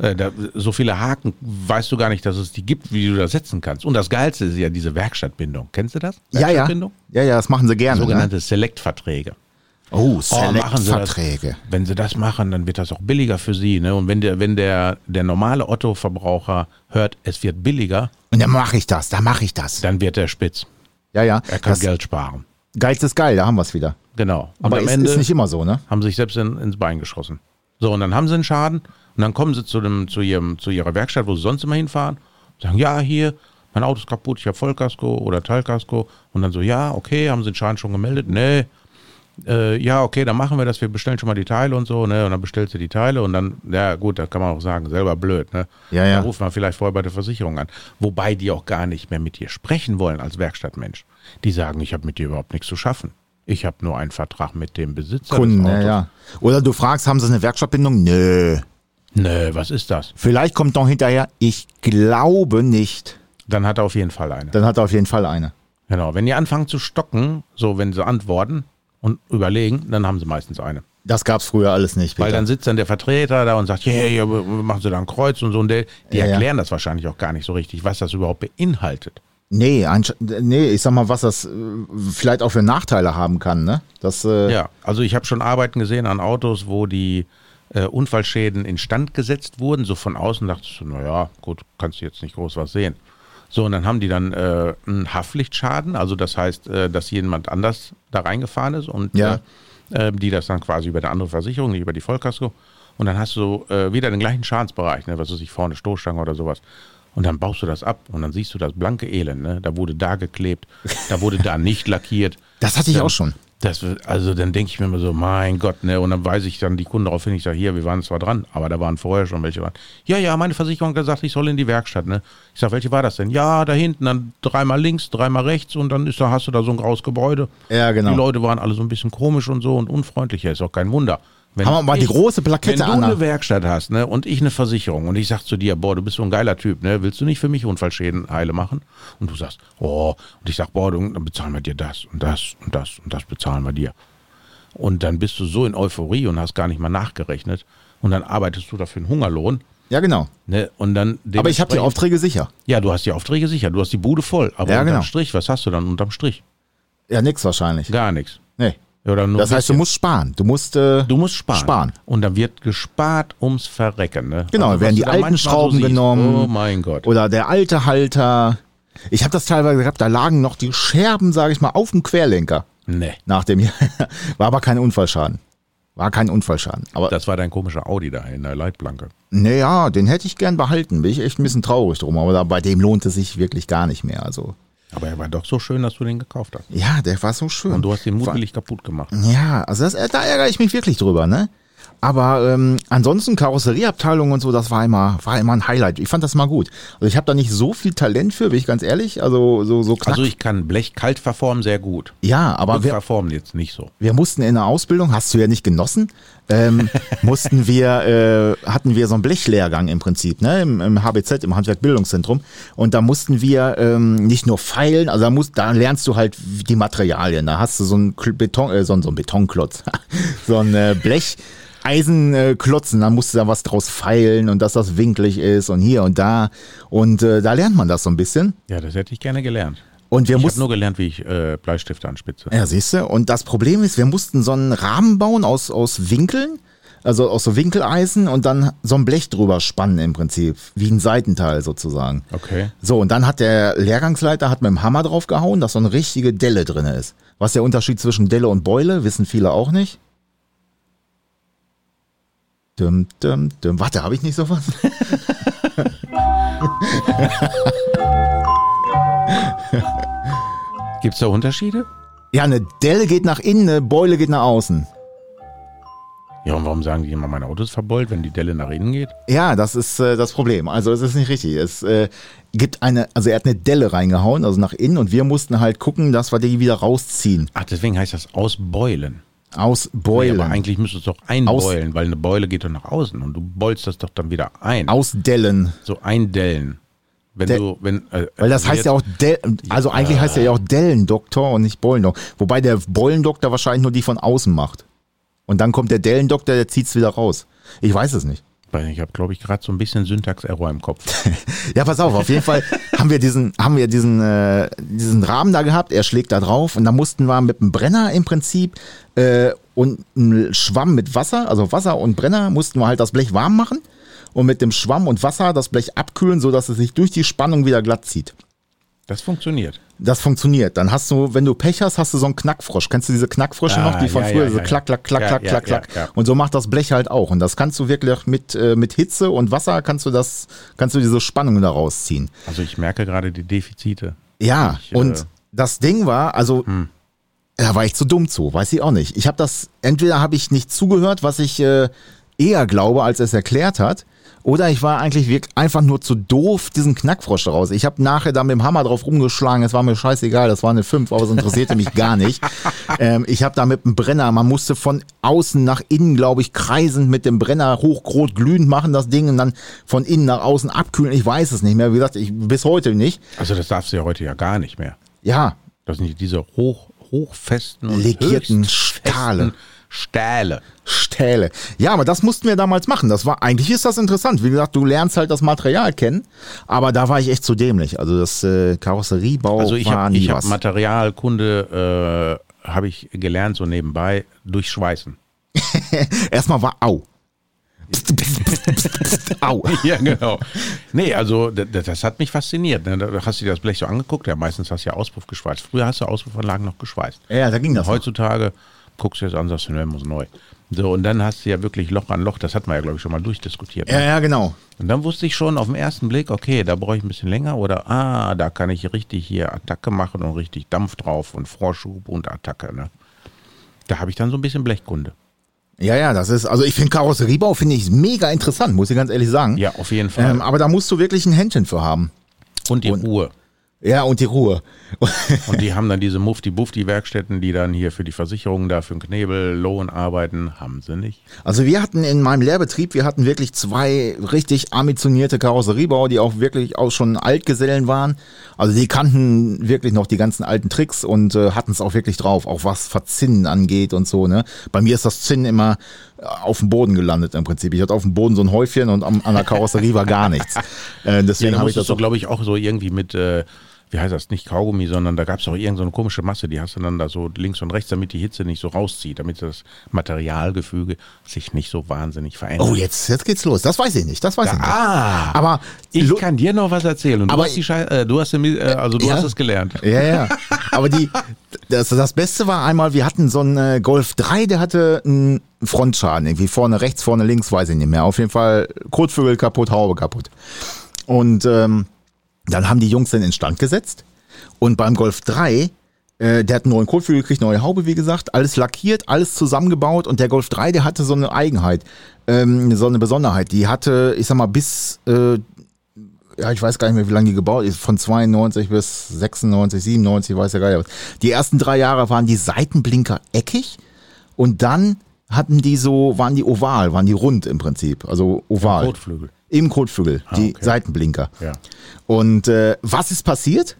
C: Äh, da, so viele Haken weißt du gar nicht, dass es die gibt, wie du das setzen kannst. Und das Geilste ist ja diese Werkstattbindung. Kennst du das?
B: Ja, ja.
C: Werkstattbindung?
B: Ja, ja, das machen sie gerne. Ne?
C: Sogenannte Select-Verträge.
B: Oh,
C: Oh, machen Sie das.
B: Select-Verträge.
C: Wenn sie das machen, dann wird das auch billiger für sie. Ne? Und wenn der, wenn der, der normale Otto-Verbraucher hört, es wird billiger,
B: Und dann mache ich das, da mache ich das.
C: dann wird er spitz.
B: Ja, ja.
C: Er kann
B: Das
C: Geld sparen.
B: Geiz ist geil, da haben wir es wieder.
C: Genau. Und
B: Aber ist, ist nicht immer so, ne?
C: haben sich selbst in, ins Bein geschossen. So, und dann haben sie einen Schaden und dann kommen sie zu, dem, zu, ihrem, zu ihrer Werkstatt, wo sie sonst immer hinfahren, und sagen, ja, hier, mein Auto ist kaputt, ich habe Vollkasko oder Teilkasko. Und dann so, ja, okay, haben sie den Schaden schon gemeldet? Nee. Äh, ja, okay, dann machen wir das, wir bestellen schon mal die Teile und so, ne? Und dann bestellst du die Teile und dann, ja gut, da kann man auch sagen, selber blöd, ne?
B: Ja, ja.
C: Dann rufen wir vielleicht vorher bei der Versicherung an. Wobei die auch gar nicht mehr mit dir sprechen wollen als Werkstattmensch. Die sagen, ich habe mit dir überhaupt nichts zu schaffen. Ich habe nur einen Vertrag mit dem Besitzer.
B: Kunden,
C: des
B: ja,
C: Autos.
B: ja. Oder du fragst, haben sie eine Werkstattbindung? Nö.
C: Nö, was ist das?
B: Vielleicht kommt noch hinterher, ich glaube nicht.
C: Dann hat er auf jeden Fall eine.
B: Dann hat er auf jeden Fall eine.
C: Genau. Wenn die anfangen zu stocken, so wenn sie antworten und überlegen, dann haben sie meistens eine.
B: Das gab's früher alles nicht.
C: Weil
B: Peter.
C: dann sitzt dann der Vertreter da und sagt, ja, ja, ja, machen sie da ein Kreuz und so. Und der, die
B: Ja, ja.
C: erklären das wahrscheinlich auch gar nicht so richtig, was das überhaupt beinhaltet.
B: Nee, ansch- nee, ich sag mal, was das äh, vielleicht auch für Nachteile haben kann, ne? Das, äh,
C: Ja, also ich habe schon Arbeiten gesehen an Autos, wo die äh, Unfallschäden instand gesetzt wurden. So von außen dachtest du, naja, gut, kannst du jetzt nicht groß was sehen. So, und dann haben die dann äh, einen Haftpflichtschaden, also das heißt, äh, dass jemand anders da reingefahren ist und
B: Ja.
C: äh, äh, die das dann quasi über eine andere Versicherung, nicht über die Vollkasko. Und dann hast du äh, wieder den gleichen Schadensbereich, ne, was weiß ich, vorne Stoßstange oder sowas. Und dann baust du das ab und dann siehst du das blanke Elend. Ne? Da wurde da geklebt, da wurde da nicht lackiert.
B: Das hatte ich auch schon.
C: Das, wird- also dann denke ich mir immer so, mein Gott, ne? Und dann weise ich dann die Kunden darauf hin, ich sage, hier, wir waren zwar dran, aber da waren vorher schon welche dran. Ja, ja, meine Versicherung hat gesagt, ich soll in die Werkstatt, ne? Ich sage, welche war das denn? Ja, da hinten, dann dreimal links, dreimal rechts und dann ist da, hast du da so ein graues Gebäude.
B: Ja, genau.
C: Die Leute waren alle so ein bisschen komisch und so und unfreundlich, ja, ist auch kein Wunder. Wenn
B: Haben wir mal die große Plakette
C: Wenn du
B: an.
C: eine Werkstatt hast, ne, und ich eine Versicherung und ich sag zu dir, boah, du bist so ein geiler Typ, ne, willst du nicht für mich Unfallschäden heile machen? Und du sagst, oh, und ich sag, boah, du, dann bezahlen wir dir das und das und das und das bezahlen wir dir. Und dann bist du so in Euphorie und hast gar nicht mal nachgerechnet und dann arbeitest du dafür einen Hungerlohn,
B: Ja, genau.
C: ne, und dann
B: Aber ich habe die
C: dementsprechend-
B: Aufträge sicher.
C: Ja, du hast die Aufträge sicher, du hast die Bude voll, aber
B: Ja,
C: unterm
B: genau.
C: Strich, was hast du dann unterm Strich?
B: Ja, nix wahrscheinlich.
C: Gar nichts.
B: Nee.
C: Oder nur
B: Das
C: ein
B: heißt, du musst sparen. Du musst. Äh,
C: Du musst sparen.
B: Sparen.
C: Und dann wird gespart ums Verrecken. Ne?
B: Genau,
C: was
B: werden
C: du
B: die
C: da
B: alten
C: manchmal
B: Schrauben
C: siehst.
B: genommen.
C: Oh mein Gott.
B: oder der alte Halter. Ich habe das teilweise gehabt, da lagen noch die Scherben, sage ich mal, auf dem Querlenker
C: nee,
B: nach dem Jahr. War aber kein Unfallschaden. War kein Unfallschaden. Aber
C: das war dein komischer Audi da in der Leitplanke.
B: naja, den hätte ich gern behalten. Bin ich echt ein bisschen traurig drum. Aber da, bei dem lohnt es sich wirklich gar nicht mehr. Also
C: Aber er war doch so schön, dass du den gekauft hast.
B: ja, der war so schön.
C: Und du hast den mutwillig kaputt gemacht.
B: Ja, also das, da ärgere ich mich wirklich drüber, ne? Aber ähm, ansonsten Karosserieabteilung und so, das war immer, war immer ein Highlight. Ich fand das mal gut. Also ich habe da nicht so viel Talent für, bin ich ganz ehrlich. Also so so knack.
C: Also ich kann Blech kalt verformen sehr gut.
B: ja, aber wir,
C: verformen jetzt nicht so.
B: wir mussten in der Ausbildung, hast du ja nicht genossen, ähm, mussten wir, äh, hatten wir so einen Blechlehrgang im Prinzip, ne, im, im HBZ, im Handwerk Bildungszentrum. Und da mussten wir ähm, nicht nur feilen, also da, musst, da lernst du halt die Materialien. Da hast du so einen Kl- Beton, äh, so, einen- so einen Betonklotz, so ein äh, Blech. Eisenklotzen, äh, klotzen, dann musst du da was draus feilen und dass das winklig ist und hier und da. Und äh, da lernt man das so ein bisschen.
C: Ja, das hätte ich gerne gelernt.
B: Und wir
C: Ich habe
B: mussten.
C: nur gelernt, wie ich äh, Bleistifte anspitze.
B: Ja, siehst du. Und das Problem ist, wir mussten so einen Rahmen bauen aus, aus Winkeln, also aus so Winkeleisen und dann so ein Blech drüber spannen im Prinzip, wie ein Seitenteil sozusagen.
C: Okay.
B: So, und dann hat der Lehrgangsleiter hat mit dem Hammer drauf gehauen, dass so eine richtige Delle drinne ist. Was der Unterschied zwischen Delle und Beule, wissen viele auch nicht. Dum, dum, dum. Warte, habe ich nicht sowas?
C: Gibt es da Unterschiede?
B: Ja, eine Delle geht nach innen, eine Beule geht nach außen.
C: Ja, und warum sagen die immer, mein Auto ist verbeult, wenn die Delle nach innen geht?
B: Ja, das ist äh, das Problem. Also es ist nicht richtig. Es äh, gibt eine, also er hat eine Delle reingehauen, also nach innen, und wir mussten halt gucken, dass wir die wieder rausziehen.
C: Ach, deswegen heißt das ausbeulen.
B: Ausbeulen.
C: Nee, aber eigentlich müsstest du es doch einbeulen, weil eine Beule geht doch nach außen und du beulst das doch dann wieder ein.
B: Ausdellen.
C: So eindellen. Wenn
B: Der-
C: du, wenn, äh,
B: Weil das
C: also
B: heißt ja auch Dell, also eigentlich heißt er ja auch Dellendoktor und nicht Beulendoktor. Wobei der Beulendoktor wahrscheinlich nur die von außen macht. Und dann kommt der Dellendoktor, der zieht's wieder raus. Ich weiß es nicht.
C: Weiß nicht, Ich habe, glaube ich, gerade so ein bisschen Syntax-Error im Kopf.
B: Ja, pass auf, auf jeden Fall haben wir diesen, haben wir diesen, äh, diesen Rahmen da gehabt, er schlägt da drauf und da mussten wir mit dem Brenner im Prinzip äh, und einem Schwamm mit Wasser, also Wasser und Brenner, mussten wir halt das Blech warm machen und mit dem Schwamm und Wasser das Blech abkühlen, sodass es sich durch die Spannung wieder glatt zieht.
C: Das funktioniert.
B: Das funktioniert. Dann hast du, wenn du Pech hast, hast du so einen Knackfrosch. Kennst du diese Knackfrosche
C: Ah,
B: noch, die von
C: ja,
B: früher,
C: ja,
B: so
C: ja,
B: klack, klack, klack,
C: ja.
B: klack,
C: Ja,
B: klack,
C: ja,
B: klack.
C: ja, ja.
B: Und so macht das Blech halt auch. Und das kannst du wirklich mit, äh, mit Hitze und Wasser kannst du das, kannst du diese Spannung da rausziehen.
C: Also ich merke gerade die Defizite.
B: Ja,
C: Ich, äh, Hm.
B: und das Ding war, also da war ich zu dumm zu, weiß ich auch nicht. Ich habe das, entweder habe ich nicht zugehört, was ich äh, eher glaube, als er es erklärt hat, oder ich war eigentlich wirklich einfach nur zu doof, diesen Knackfrosch raus. Ich habe nachher da mit dem Hammer drauf rumgeschlagen, es war mir scheißegal, das war eine 5, aber es interessierte mich gar nicht. Ähm, ich habe da mit dem Brenner, man musste von außen nach innen, glaube ich, kreisend mit dem Brenner hochrot glühend machen, das Ding, und dann von innen nach außen abkühlen. Ich weiß es nicht mehr, wie gesagt, ich bis heute nicht.
C: Also das darfst du ja heute ja gar nicht mehr.
B: Ja,
C: Das sind diese hoch, hochfesten und
B: Legierten
C: höchstfesten
B: Stahle.
C: Stähle.
B: Stähle. Ja, aber das mussten wir damals machen. Das war eigentlich ist das interessant. Wie gesagt, du lernst halt das Material kennen, aber da war ich echt zu dämlich. Also das äh, Karosseriebau
C: Also ich
B: war
C: habe
B: nie
C: ich hab
B: was.
C: Materialkunde, äh, habe ich gelernt so nebenbei, durch Schweißen.
B: Erstmal war au. Pst, pst, pst, pst, pst, au.
C: Ja, genau. Nee, also d- d- das hat mich fasziniert. Ne? Da hast du dir das Blech so angeguckt. Ja, meistens hast du ja Auspuff geschweißt. Früher hast du Auspuffanlagen noch geschweißt.
B: Ja, da ging das.
C: Heutzutage guckst dir das an, sagst, ne, muss neu. So, und dann hast du ja wirklich Loch an Loch, das hat man ja, glaube ich, schon mal durchdiskutiert. ne?
B: Ja, ja, genau.
C: Und dann wusste ich schon auf den ersten Blick, okay, da brauche ich ein bisschen länger oder ah, da kann ich richtig hier Attacke machen und richtig Dampf drauf und Vorschub und Attacke. Ne? Da habe ich dann so ein bisschen Blechkunde.
B: Ja, ja, das ist, also ich finde Karosseriebau finde ich mega interessant, muss ich ganz ehrlich sagen.
C: Ja, auf jeden Fall.
B: Ähm, aber da musst du wirklich ein Händchen für haben.
C: und die Ruhe.
B: Ja, und die Ruhe.
C: Und die haben dann diese Mufti-Bufti-Werkstätten, die dann hier für die Versicherungen da für den Knebel, Lohn arbeiten, haben sie nicht.
B: Also wir hatten in meinem Lehrbetrieb, wir hatten wirklich zwei richtig ambitionierte Karosseriebauer, die auch wirklich auch schon Altgesellen waren. Also die kannten wirklich noch die ganzen alten Tricks und äh, hatten es auch wirklich drauf, auch was Verzinnen angeht und so. Ne? Bei mir ist das Zinnen immer äh, auf dem Boden gelandet im Prinzip. Ich hatte auf dem Boden so ein Häufchen und am, an der Karosserie war gar nichts. Äh,
C: Ja,
B: deswegen
C: da
B: habe ich
C: musstest
B: das
C: du,
B: so
C: glaube ich, auch so irgendwie mit, äh, wie heißt das, nicht Kaugummi, sondern da gab es auch irgendeine so eine komische Masse, die hast du dann da so links und rechts, damit die Hitze nicht so rauszieht, damit das Materialgefüge sich nicht so wahnsinnig verändert.
B: Oh, jetzt, jetzt geht's los. Das weiß ich nicht. Das weiß ich nicht.
C: Ah,
B: Aber
C: ich
B: lo-
C: kann dir noch was erzählen. Und
B: Aber-
C: du hast die Schei äh, du hast, den Mi- äh, also du
B: Ja. Äh,
C: hast es gelernt.
B: Ja, ja. Aber die, das, das Beste war einmal, wir hatten so einen äh, Golf 3, der hatte einen Frontschaden. Irgendwie vorne rechts, vorne links, weiß ich nicht mehr. Auf jeden Fall Kotflügel kaputt, Haube kaputt. Und ähm, dann haben die Jungs den instand gesetzt. Und beim Golf 3, äh, der hat einen neuen Kotflügel gekriegt, neue Haube, wie gesagt, alles lackiert, alles zusammengebaut. Und der Golf 3, der hatte so eine Eigenheit, ähm, so eine Besonderheit. Die hatte, ich sag mal, bis äh, ja, ich weiß gar nicht mehr, wie lange die gebaut ist. Von 92 bis 96, 97, weiß ja gar nicht was. Die ersten drei Jahre waren die Seitenblinker eckig und dann hatten die so, waren die oval, waren die rund im Prinzip. Also oval.
C: Kotflügel. Ah,
B: Im Kotflügel, die
C: okay.
B: Seitenblinker.
C: Ja.
B: Und äh, was ist passiert?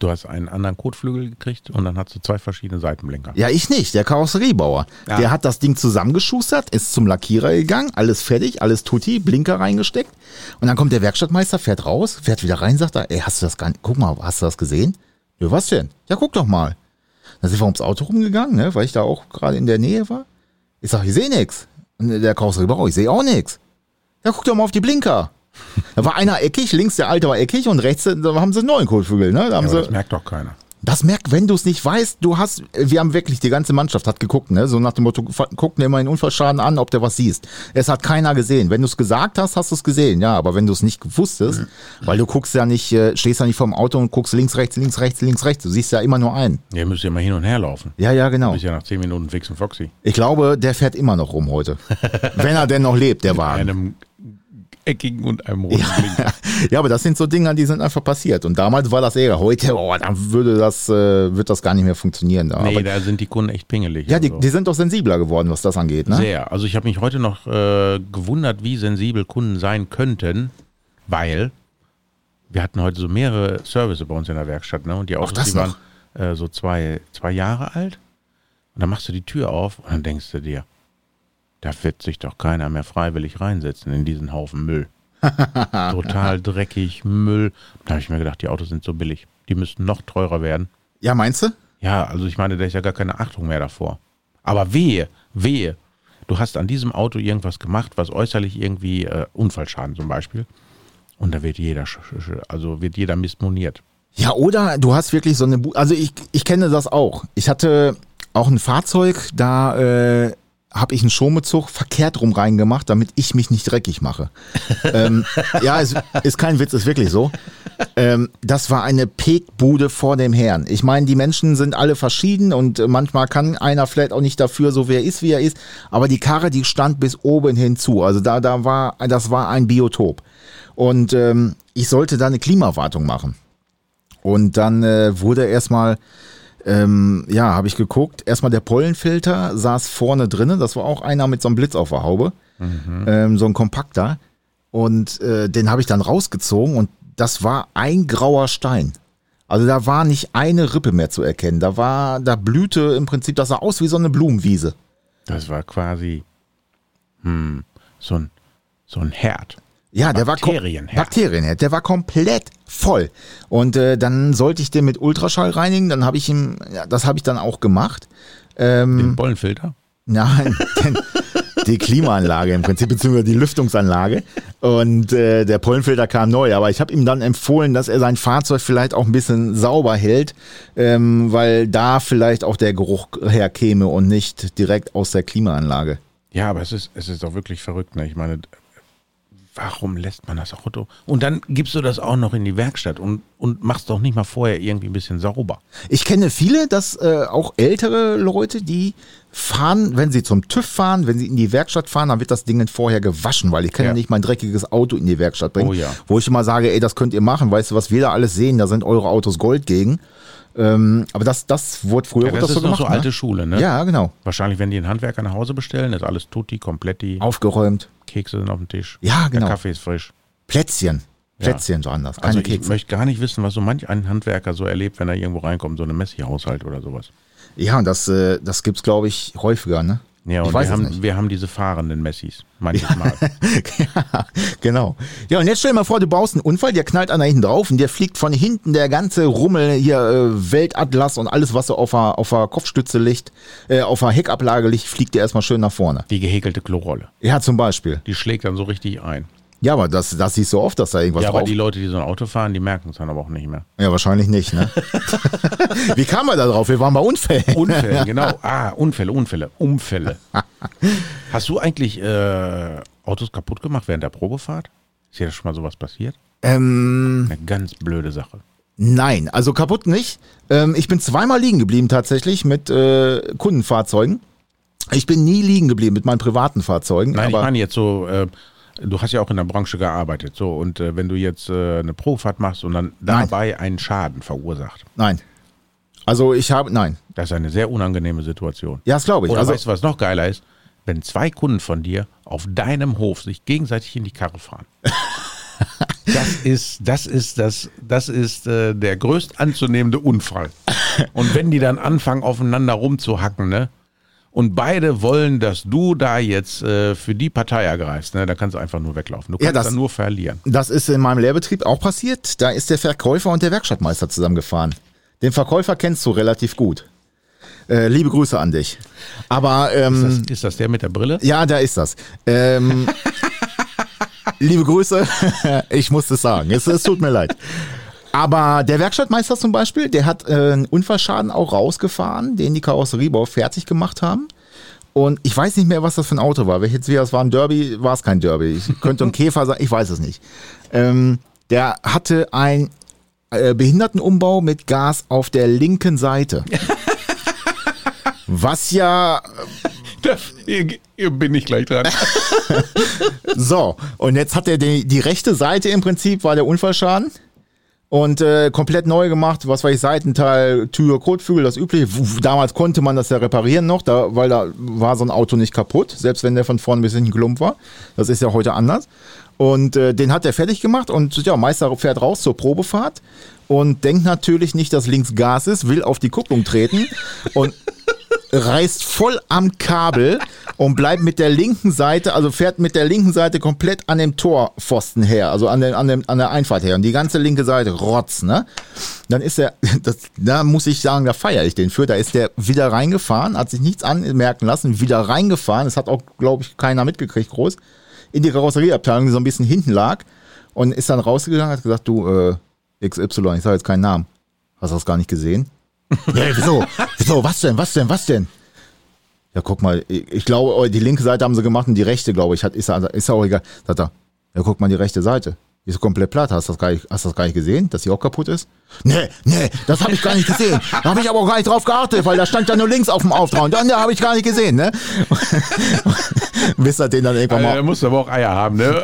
C: Du hast einen anderen Kotflügel gekriegt und dann hast du zwei verschiedene Seitenblinker.
B: Ja, ich nicht, der Karosseriebauer.
C: Ja.
B: Der hat das Ding zusammengeschustert, ist zum Lackierer gegangen, alles fertig, alles tutti, Blinker reingesteckt. Und dann kommt der Werkstattmeister, fährt raus, fährt wieder rein, sagt er, ey, hast du das gar nicht, guck mal, hast du das gesehen? Ja, was denn? Ja, guck doch mal. Dann sind wir ums Auto rumgegangen, ne, weil ich da auch gerade in der Nähe war. Ich sag, ich sehe nix. Und der Karosseriebauer, ich sehe auch nix. Ja, guck doch mal auf die Blinker. Da war einer eckig, links der alte war eckig und rechts, da haben sie einen neuen Kotflügel, ne? Da haben
C: Ja,
B: sie,
C: aber das merkt doch keiner.
B: das merkt, wenn du es nicht weißt, du hast, wir haben wirklich, die ganze Mannschaft hat geguckt, ne? So nach dem Motto, fa- guck dir mal den Unfallschaden an, ob der was siehst. Es hat keiner gesehen. Wenn du es gesagt hast, hast du es gesehen, ja, aber wenn du es nicht wusstest, weil du guckst ja nicht, äh, stehst ja nicht vorm Auto und guckst links, rechts, links, rechts, links, rechts, du siehst ja immer nur einen.
C: Ihr müsst ja immer hin und her laufen.
B: Ja, ja, genau.
C: Ist ja nach zehn Minuten fix und foxy.
B: Ich glaube, der fährt immer noch rum heute. wenn er denn noch lebt, der Wagen.
C: Einem eckigen und einem roten Blinker.
B: Ja, aber das sind so Dinge, die sind einfach passiert. Und damals war das eher. Heute, oh, dann würde das, äh, wird das gar nicht mehr funktionieren.
C: Nee,
B: aber,
C: da sind die Kunden echt pingelig.
B: ja, die,
C: also.
B: die sind doch sensibler geworden, was das angeht, ne?
C: Sehr. Also ich habe mich heute noch äh, gewundert, wie sensibel Kunden sein könnten, weil wir hatten heute so mehrere Services bei uns in der Werkstatt, ne? Und die Autos,
B: das
C: die waren äh, so zwei, zwei Jahre alt. Und dann machst du die Tür auf und dann denkst du dir, da wird sich doch keiner mehr freiwillig reinsetzen in diesen Haufen Müll. Total dreckig, Müll. Da habe ich mir gedacht, die Autos sind so billig. Die müssten noch teurer werden.
B: Ja, meinst du?
C: Ja, also ich meine, da ist ja gar keine Achtung mehr davor. Aber wehe, wehe, du hast an diesem Auto irgendwas gemacht, was äußerlich irgendwie äh, Unfallschaden zum Beispiel. Und da wird jeder, sch- sch- sch- also wird jeder Mist moniert.
B: Ja, oder du hast wirklich so eine, Bu also ich, ich kenne das auch. Ich hatte auch ein Fahrzeug, da äh, habe ich einen Schomezug verkehrt rum reingemacht, damit ich mich nicht dreckig mache. ähm, ja, es ist kein Witz, ist wirklich so. Ähm, das war eine Pekbude vor dem Herrn. Ich meine, die Menschen sind alle verschieden und äh, manchmal kann einer vielleicht auch nicht dafür, so wie er ist, wie er ist. Aber die Karre, die stand bis oben hinzu. Also da, da war, das war ein Biotop. Und ähm, ich sollte da eine Klimawartung machen. Und dann äh, wurde erstmal, ähm, ja, habe ich geguckt, erstmal der Pollenfilter saß vorne drinnen, das war auch einer mit so einem Blitz auf der Haube, ähm, so ein kompakter. Und äh, den habe ich dann rausgezogen und das war ein grauer Stein. Also da war nicht eine Rippe mehr zu erkennen. Da war, da blühte im Prinzip, das sah aus wie so eine Blumenwiese.
C: Das war quasi hm, so, ein, so ein Herd.
B: Ja, der war kom-
C: Bakterienherd.
B: Bakterienherd. Der war komplett voll. Und äh, dann sollte ich den mit Ultraschall reinigen. Dann habe ich ihm, ja, das habe ich dann auch gemacht.
C: Den Pollenfilter.
B: Nein, den, die Klimaanlage im Prinzip, beziehungsweise die Lüftungsanlage. Und äh, der Pollenfilter kam neu. Aber ich habe ihm dann empfohlen, dass er sein Fahrzeug vielleicht auch ein bisschen sauber hält, ähm, weil da vielleicht auch der Geruch herkäme und nicht direkt aus der Klimaanlage.
C: Ja, aber es ist, es ist doch wirklich verrückt. Ne? Ich meine, warum lässt man das Auto? Und dann gibst du das auch noch in die Werkstatt und, und machst doch nicht mal vorher irgendwie ein bisschen sauber.
B: Ich kenne viele, dass äh, auch ältere Leute, die fahren, wenn sie zum TÜV fahren, wenn sie in die Werkstatt fahren, dann wird das Ding vorher gewaschen, weil ich kann ja.
C: Ja.
B: nicht mein dreckiges Auto in die Werkstatt bringen.
C: Oh ja.
B: Wo ich immer sage, ey, das könnt ihr machen, weißt du, was wir da alles sehen, da sind eure Autos Gold gegen. Ähm, aber das, das wurde früher
C: Ja,
B: wurde
C: das ist
B: so
C: noch
B: gemacht.
C: so alte
B: ne?
C: Schule, ne?
B: Ja, genau.
C: Wahrscheinlich, wenn die einen Handwerker nach Hause bestellen, ist alles tutti, kompletti,
B: Aufgeräumt.
C: Kekse sind auf dem Tisch.
B: Ja, genau.
C: Der Kaffee ist frisch.
B: Plätzchen.
C: Ja.
B: Plätzchen so anders. Keine
C: Also ich
B: Kekse.
C: möchte gar nicht wissen, was so manch ein Handwerker so erlebt, wenn er irgendwo reinkommt, so eine Messi-Haushalt oder sowas.
B: Ja, und das, äh, das gibt's, glaube ich, häufiger, ne?
C: Ja,
B: ich
C: und
B: weiß
C: wir,
B: es
C: haben,
B: nicht.
C: wir haben diese fahrenden Messis manches Mal.
B: ja, genau. Ja, und jetzt stell dir mal vor, du baust einen Unfall, der knallt einer hinten drauf und der fliegt von hinten der ganze Rummel, hier äh, Weltatlas und alles, was so auf der, auf der Kopfstütze liegt, äh, auf der Heckablage liegt, fliegt der erstmal schön nach vorne.
C: Die gehäkelte Klorolle.
B: Ja, zum Beispiel.
C: Die schlägt dann so richtig ein.
B: Ja, aber das, das siehst du oft, dass da irgendwas
C: ja, aber
B: drauf
C: die Leute, die so ein Auto fahren, die merken es dann aber auch nicht mehr.
B: Ja, wahrscheinlich nicht, ne? Wie kam man da drauf? Wir waren bei Unfällen.
C: Unfällen, genau. Ah, Unfälle, Unfälle, Unfälle. Hast du eigentlich äh, Autos kaputt gemacht während der Probefahrt? Ist dir das schon mal sowas passiert?
B: Ähm,
C: Eine ganz blöde Sache.
B: nein, also kaputt nicht. Ähm, ich bin zweimal liegen geblieben tatsächlich mit äh, Kundenfahrzeugen. Ich bin nie liegen geblieben mit meinen privaten Fahrzeugen.
C: Nein,
B: aber
C: ich meine jetzt so, äh, du hast ja auch in der Branche gearbeitet. So, und äh, wenn du jetzt äh, eine Probefahrt machst und dann
B: Nein.
C: dabei einen Schaden verursacht,
B: Nein. Also ich habe, nein.
C: das ist eine sehr unangenehme Situation.
B: Ja, das glaube ich.
C: Oder
B: Also,
C: weißt du, was noch geiler ist? Wenn zwei Kunden von dir auf deinem Hof sich gegenseitig in die Karre fahren. Das ist, das ist, das, das ist äh, der größt anzunehmende Unfall. Und wenn die dann anfangen, aufeinander rumzuhacken, ne? Und beide wollen, dass du da jetzt äh, für die Partei ergreifst, ne? Da kannst du einfach nur weglaufen. Du
B: Ja,
C: kannst
B: das-
C: dann nur verlieren.
B: das ist in meinem Lehrbetrieb auch passiert. Da ist der Verkäufer und der Werkstattmeister zusammengefahren. Den Verkäufer kennst du relativ gut. Äh, liebe Grüße an dich. Aber ähm,
C: Das, ist das der mit der Brille?
B: ja, da ist das. Ähm, liebe Grüße. ich muss es sagen. Es, es tut mir leid. Aber der Werkstattmeister zum Beispiel, der hat äh, einen Unfallschaden auch rausgefahren, den die Karosseriebau fertig gemacht haben. Und ich weiß nicht mehr, was das für ein Auto war. Welches wie das war ein Derby, war es kein Derby. Ich könnte ein Käfer sein, ich weiß es nicht. Ähm, der hatte einen äh, Behindertenumbau mit Gas auf der linken Seite. Was ja
C: Hier, hier bin ich gleich dran.
B: So, und jetzt hat er die, die rechte Seite im Prinzip, war der Unfallschaden. Und äh, komplett neu gemacht, was weiß ich, Seitenteil, Tür, Kotflügel, das übliche. W- w- Damals konnte man das ja reparieren noch, da, weil da war so ein Auto nicht kaputt, selbst wenn der von vorne ein bisschen gelumpt war. Das ist ja heute anders. Und äh, den hat er fertig gemacht und ja, Meister fährt raus zur Probefahrt und denkt natürlich nicht, dass links Gas ist, will auf die Kupplung treten und reißt voll am Kabel und bleibt mit der linken Seite, also fährt mit der linken Seite komplett an dem Torpfosten her, also an, dem, an, dem, an der Einfahrt her. Und die ganze linke Seite rotz, ne? Dann ist er, das, da muss ich sagen, da feiere ich den für. Da ist der wieder reingefahren, hat sich nichts anmerken lassen, wieder reingefahren. Das hat auch, glaube ich, keiner mitgekriegt, groß. In die Karosserieabteilung, die so ein bisschen hinten lag. Und ist dann rausgegangen, hat gesagt, du, äh, XY, ich sage jetzt keinen Namen. Hast du das gar nicht gesehen? Hey, wieso? Wieso? Was denn? Was denn? Was denn? Ja, guck mal, ich ich glaube, oh, die linke Seite haben sie gemacht und die rechte, glaube ich, hat, ist, also, ist auch egal. Sagt er, ja, guck mal, die rechte Seite. Die ist komplett platt. Hast du das gar nicht, hast du das gar nicht gesehen, dass die auch kaputt ist? Nee, nee, das habe ich gar nicht gesehen. Da habe ich aber auch gar nicht drauf geachtet, weil da stand ja nur links auf dem Auftrag. Und dann habe ich gar nicht gesehen, ne? Bis er den dann irgendwann
C: Alter,
B: mal
C: Äh, da musst du aber auch Eier haben, ne?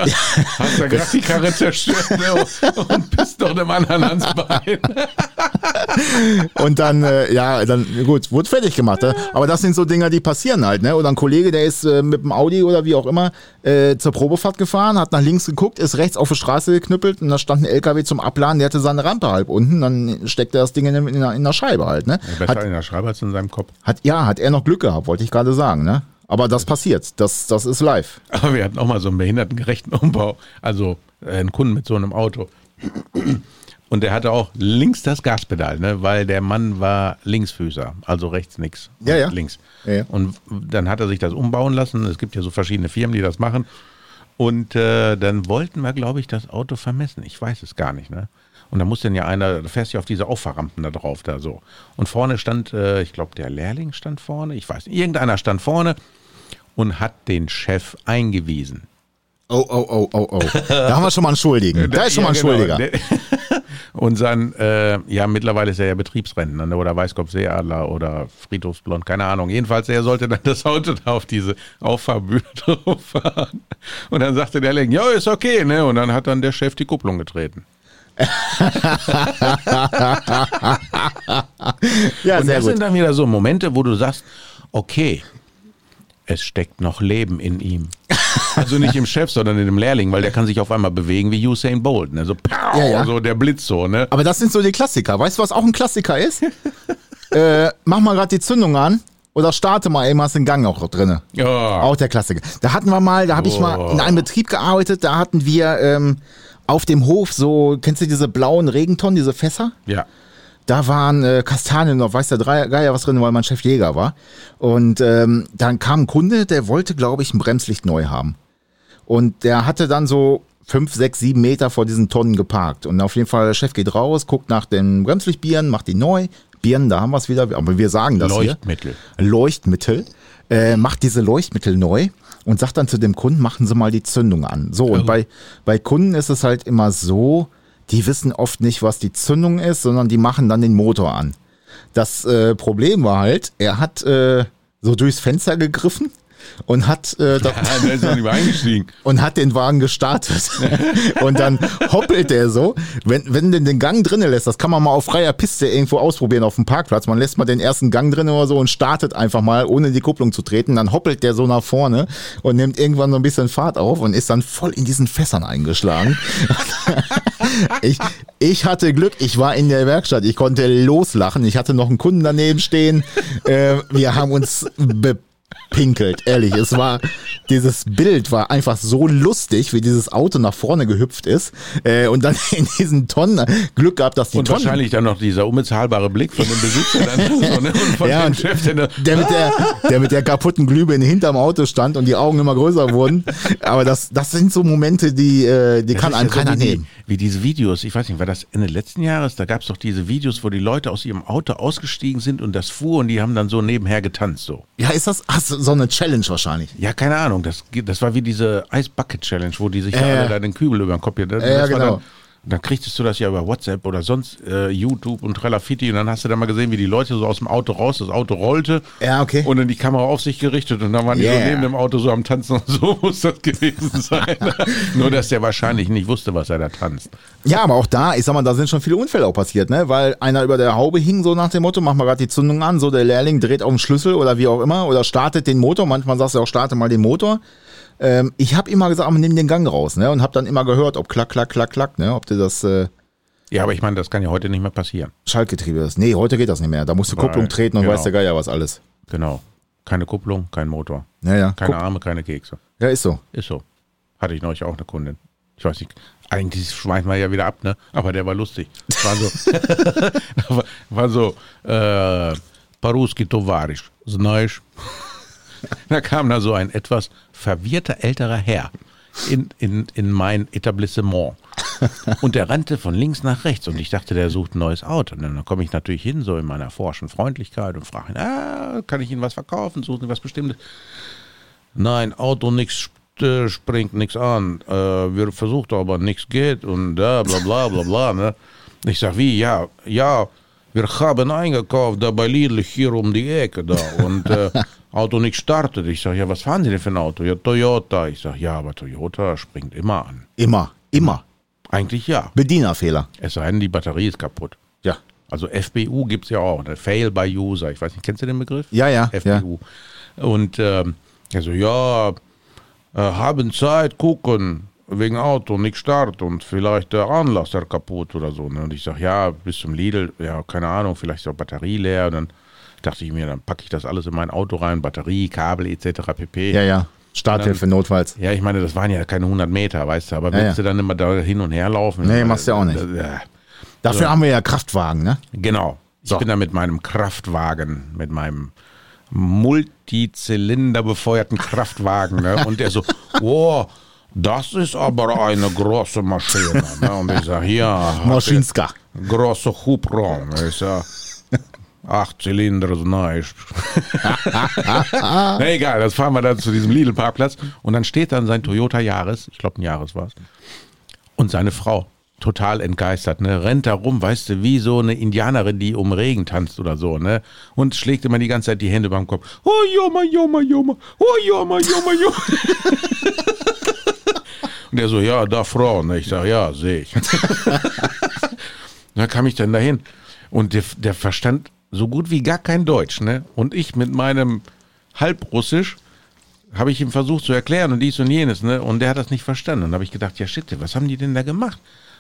C: Hast ja gerade die Karre zerstört ne? und bist doch dem anderen ans Bein.
B: Und dann, äh, ja, dann, gut, wurde fertig gemacht. Ne? Aber das sind so Dinger, die passieren halt, ne? Oder ein Kollege, der ist äh, mit dem Audi oder wie auch immer äh, zur Probefahrt gefahren, hat nach links geguckt, ist rechts auf die Straße geknüppelt und da stand ein LKW zum Abladen, der hatte seine Rampe halb unten, dann steckte er das Ding in, in, in der Scheibe halt, ne?
C: Besser
B: Hat,
C: in der Schreibe als in seinem Kopf.
B: hat, ja, hat er noch Glück gehabt, wollte ich gerade sagen, ne? Aber das passiert, das, das ist live.
C: Aber wir hatten auch mal so einen behindertengerechten Umbau. Also äh, einen Kunden mit so einem Auto. Und der hatte auch links das Gaspedal, ne? weil der Mann war Linksfüßer, also rechts nix.
B: Ja, ja.
C: Links.
B: Ja, ja.
C: Und dann hat er sich das umbauen lassen. Es gibt ja so verschiedene Firmen, die das machen. Und äh, dann wollten wir, glaube ich, das Auto vermessen. Ich weiß es gar nicht. Ne? Und da muss dann ja einer, da fährst du ja auf diese Auffahrrampen da drauf, da so. Und vorne stand, äh, ich glaube, der Lehrling stand vorne, ich weiß nicht, irgendeiner stand vorne und hat den Chef eingewiesen.
B: Oh, oh, oh, oh, oh. Da haben wir schon mal einen Schuldigen. Da ist schon mal ein
C: Ja, genau.
B: Schuldiger.
C: Der- Und sein, äh, ja, mittlerweile ist er ja Betriebsrentner ne? oder Weißkopfseeadler oder Friedhofsblond, keine Ahnung. Jedenfalls, er sollte dann das Auto da auf diese Auffahrbühne drauf fahren. Und dann sagte der Lenk, ja, ist okay, ne? Und dann hat dann der Chef die Kupplung getreten.
B: Ja,
C: Und das sind dann wieder so Momente, wo du sagst, okay, es steckt noch Leben in ihm. Also nicht im Chef, sondern in dem Lehrling, weil der kann sich auf einmal bewegen wie Usain Bolt. Ne? So, pow,
B: Ja, ja.
C: so der Blitz so, ne?
B: Aber das sind so die Klassiker. Weißt du, was auch ein Klassiker ist? äh, mach mal gerade die Zündung an oder starte mal eben, hast den Gang auch drinne.
C: Ja.
B: Auch der Klassiker. Da hatten wir mal, da habe ich mal
C: Boah.
B: in einem Betrieb gearbeitet, da hatten wir ähm, auf dem Hof so, kennst du diese blauen Regentonnen, diese Fässer?
C: Ja.
B: da waren äh, Kastanien noch, weiß der Dreier- Geier was drin, weil mein Chef Jäger war. Und ähm, dann kam ein Kunde, der wollte, glaube ich, ein Bremslicht neu haben. Und der hatte dann so fünf, sechs, sieben Meter vor diesen Tonnen geparkt. Und auf jeden Fall, der Chef geht raus, guckt nach den Bremslichtbirnen, macht die neu. Birnen, da haben wir es wieder, aber wir sagen das hier.
C: Leuchtmittel.
B: Leuchtmittel, äh, macht diese Leuchtmittel neu und sagt dann zu dem Kunden, machen Sie mal die Zündung an. So, und bei, bei Kunden ist es halt immer so, die wissen oft nicht, was die Zündung ist, sondern die machen dann den Motor an. Das äh, Problem war halt, er hat äh, so durchs Fenster gegriffen und hat, äh, da,
C: Ah, da ist noch nicht mal eingestiegen.
B: und hat den Wagen gestartet. und dann hoppelt er so. Wenn, wenn du den Gang drinnen lässt, das kann man mal auf freier Piste irgendwo ausprobieren, auf dem Parkplatz. Man lässt mal den ersten Gang drinnen oder so und startet einfach mal, ohne die Kupplung zu treten. Dann hoppelt der so nach vorne und nimmt irgendwann so ein bisschen Fahrt auf und ist dann voll in diesen Fässern eingeschlagen. ich, ich hatte Glück, ich war in der Werkstatt, ich konnte loslachen. Ich hatte noch einen Kunden daneben stehen. Äh, wir haben uns bepinkelt, ehrlich. Es war, dieses Bild war einfach so lustig, wie dieses Auto nach vorne gehüpft ist äh, und dann in diesen Tonnen Glück gehabt, dass die
C: Und
B: Tonnen.
C: wahrscheinlich dann noch dieser unbezahlbare Blick von dem Besitzer dann so, ne? und von
B: Ja,
C: dem
B: und
C: Chef. Der, da-
B: der mit der, der mit der kaputten Glühbirne hinterm Auto stand und die Augen immer größer wurden. Aber das, das sind so Momente, die, äh, die
C: Das
B: kann
C: ist
B: einem
C: ja so
B: keiner
C: wie, die-
B: nehmen.
C: Wie diese Videos, ich weiß nicht, war das Ende letzten Jahres? Da gab es doch diese Videos, wo die Leute aus ihrem Auto ausgestiegen sind und das fuhr und die haben dann so nebenher getanzt. So.
B: Ja, ist das ach, so so eine Challenge wahrscheinlich?
C: Ja, keine Ahnung. Das, geht- das war wie diese Ice Bucket Challenge, wo die sich ja
B: Ja, ja.
C: alle da den Kübel über den Kopf. Das,
B: Ja, ja,
C: das war
B: genau.
C: dann, dann kriegtest du das ja über WhatsApp oder sonst äh, YouTube und Trellafiti und dann hast du dann mal gesehen, wie die Leute so aus dem Auto raus, das Auto rollte
B: Ja, okay.
C: und dann die Kamera auf sich gerichtet und dann waren die
B: Yeah.
C: so neben dem Auto so am Tanzen und so muss das gewesen sein. Nur, dass der wahrscheinlich nicht wusste, was er da tanzt.
B: Ja, aber auch da, ich sag mal, da sind schon viele Unfälle auch passiert, ne? Weil einer über der Haube hing, so nach dem Motto, mach mal gerade die Zündung an, so der Lehrling dreht auf den Schlüssel oder wie auch immer oder startet den Motor. Manchmal sagst du auch, starte mal den Motor. Ähm, ich habe immer gesagt, aber nimm den Gang raus, ne? Und habe dann immer gehört, ob klack, klack, klack, klack, ne? Ob du das äh,
C: Ja, aber ich meine, das kann ja heute nicht mehr passieren.
B: Schaltgetriebe ist. Nee, heute geht das nicht mehr. Da musst du
C: Nein,
B: Kupplung treten und
C: genau.
B: weiß der Geier was alles.
C: Genau. Keine Kupplung, kein Motor.
B: Ja, ja.
C: Keine
B: Kupp-
C: Arme, keine Kekse.
B: ja, ist so.
C: Ist so. Hatte ich neulich auch eine Kundin. Ich weiß nicht, eigentlich schmeißen wir ja wieder ab, ne? Aber der war lustig. War so, war, war so, äh, Paruski Tovarisch, Znaisch. Da kam da so ein etwas verwirrter älterer Herr in, in, in mein Etablissement. Und der rannte von links nach rechts und ich dachte, der sucht ein neues Auto. Und dann komme ich natürlich hin, so in meiner forschen Freundlichkeit und frage ihn, ah, kann ich Ihnen was verkaufen, suchen Sie was Bestimmtes? Nein, Auto nix äh, springt nichts an. Äh, wir versucht aber nichts geht und da bla bla bla bla. Ne? Ich sag wie ja ja wir haben eingekauft da bei Lidl hier um die Ecke da und äh, Auto nicht startet. Ich sag ja was fahren Sie denn für ein Auto? Ja Toyota. Ich sag ja aber Toyota springt immer an.
B: Immer, immer.
C: Eigentlich ja.
B: Bedienerfehler.
C: Es sei denn die Batterie ist kaputt.
B: Ja.
C: Also FBU gibt's ja auch, ne? Fail by User. Ich weiß nicht, kennst du den Begriff?
B: Ja, Ah, ja,
C: FBU. Und ähm, er so, ja, äh, haben Zeit, gucken, wegen Auto, nicht Start und vielleicht der Anlasser kaputt oder so. Ne? Und ich sag ja, bis zum Lidl, ja, keine Ahnung, vielleicht ist auch Batterie leer. Und dann dachte ich mir, dann packe ich das alles in mein Auto rein, Batterie, Kabel etc. pp.
B: Ja, ja. Starthilfe notfalls.
C: Ja, ich meine, das waren ja keine 100 Meter, weißt du, aber
B: Ja,
C: willst
B: ja.
C: du dann immer da hin und her laufen?
B: Nee, machst du ja auch nicht.
C: Äh,
B: Dafür haben wir ja Kraftwagen, ne?
C: Genau. Ich
B: So.
C: bin da mit meinem Kraftwagen, mit meinem Multizylinder befeuerten Kraftwagen. Ne? Und der so, wow, das ist aber eine große Maschine. Ne? Und ich sage, ja. hat
B: Moschinska.
C: der Großer Hubraum. Ich sag, e acht Zylinder, so nice. Na egal, das fahren wir dann zu diesem Lidl-Parkplatz. Und dann steht dann sein Toyota Jahres, ich glaube ein Jahres war es, und seine Frau. Total entgeistert, ne? Rennt da rum, weißt du, wie so eine Indianerin, die um Regen tanzt oder so, ne? Und schlägt immer die ganze Zeit die Hände beim Kopf. Oh, joma, joma, joma. Oh, joma, joma, joma. Und der so, ja, da Frau. Ne? Ich sag, ja, sehe ich. da kam ich dann dahin. Und der, der verstand so gut wie gar kein Deutsch. Ne? Und ich mit meinem Halbrussisch habe ich ihm versucht zu erklären und dies und jenes. Ne? Und der hat das nicht verstanden. Und habe ich gedacht, ja shit, was haben die denn da gemacht?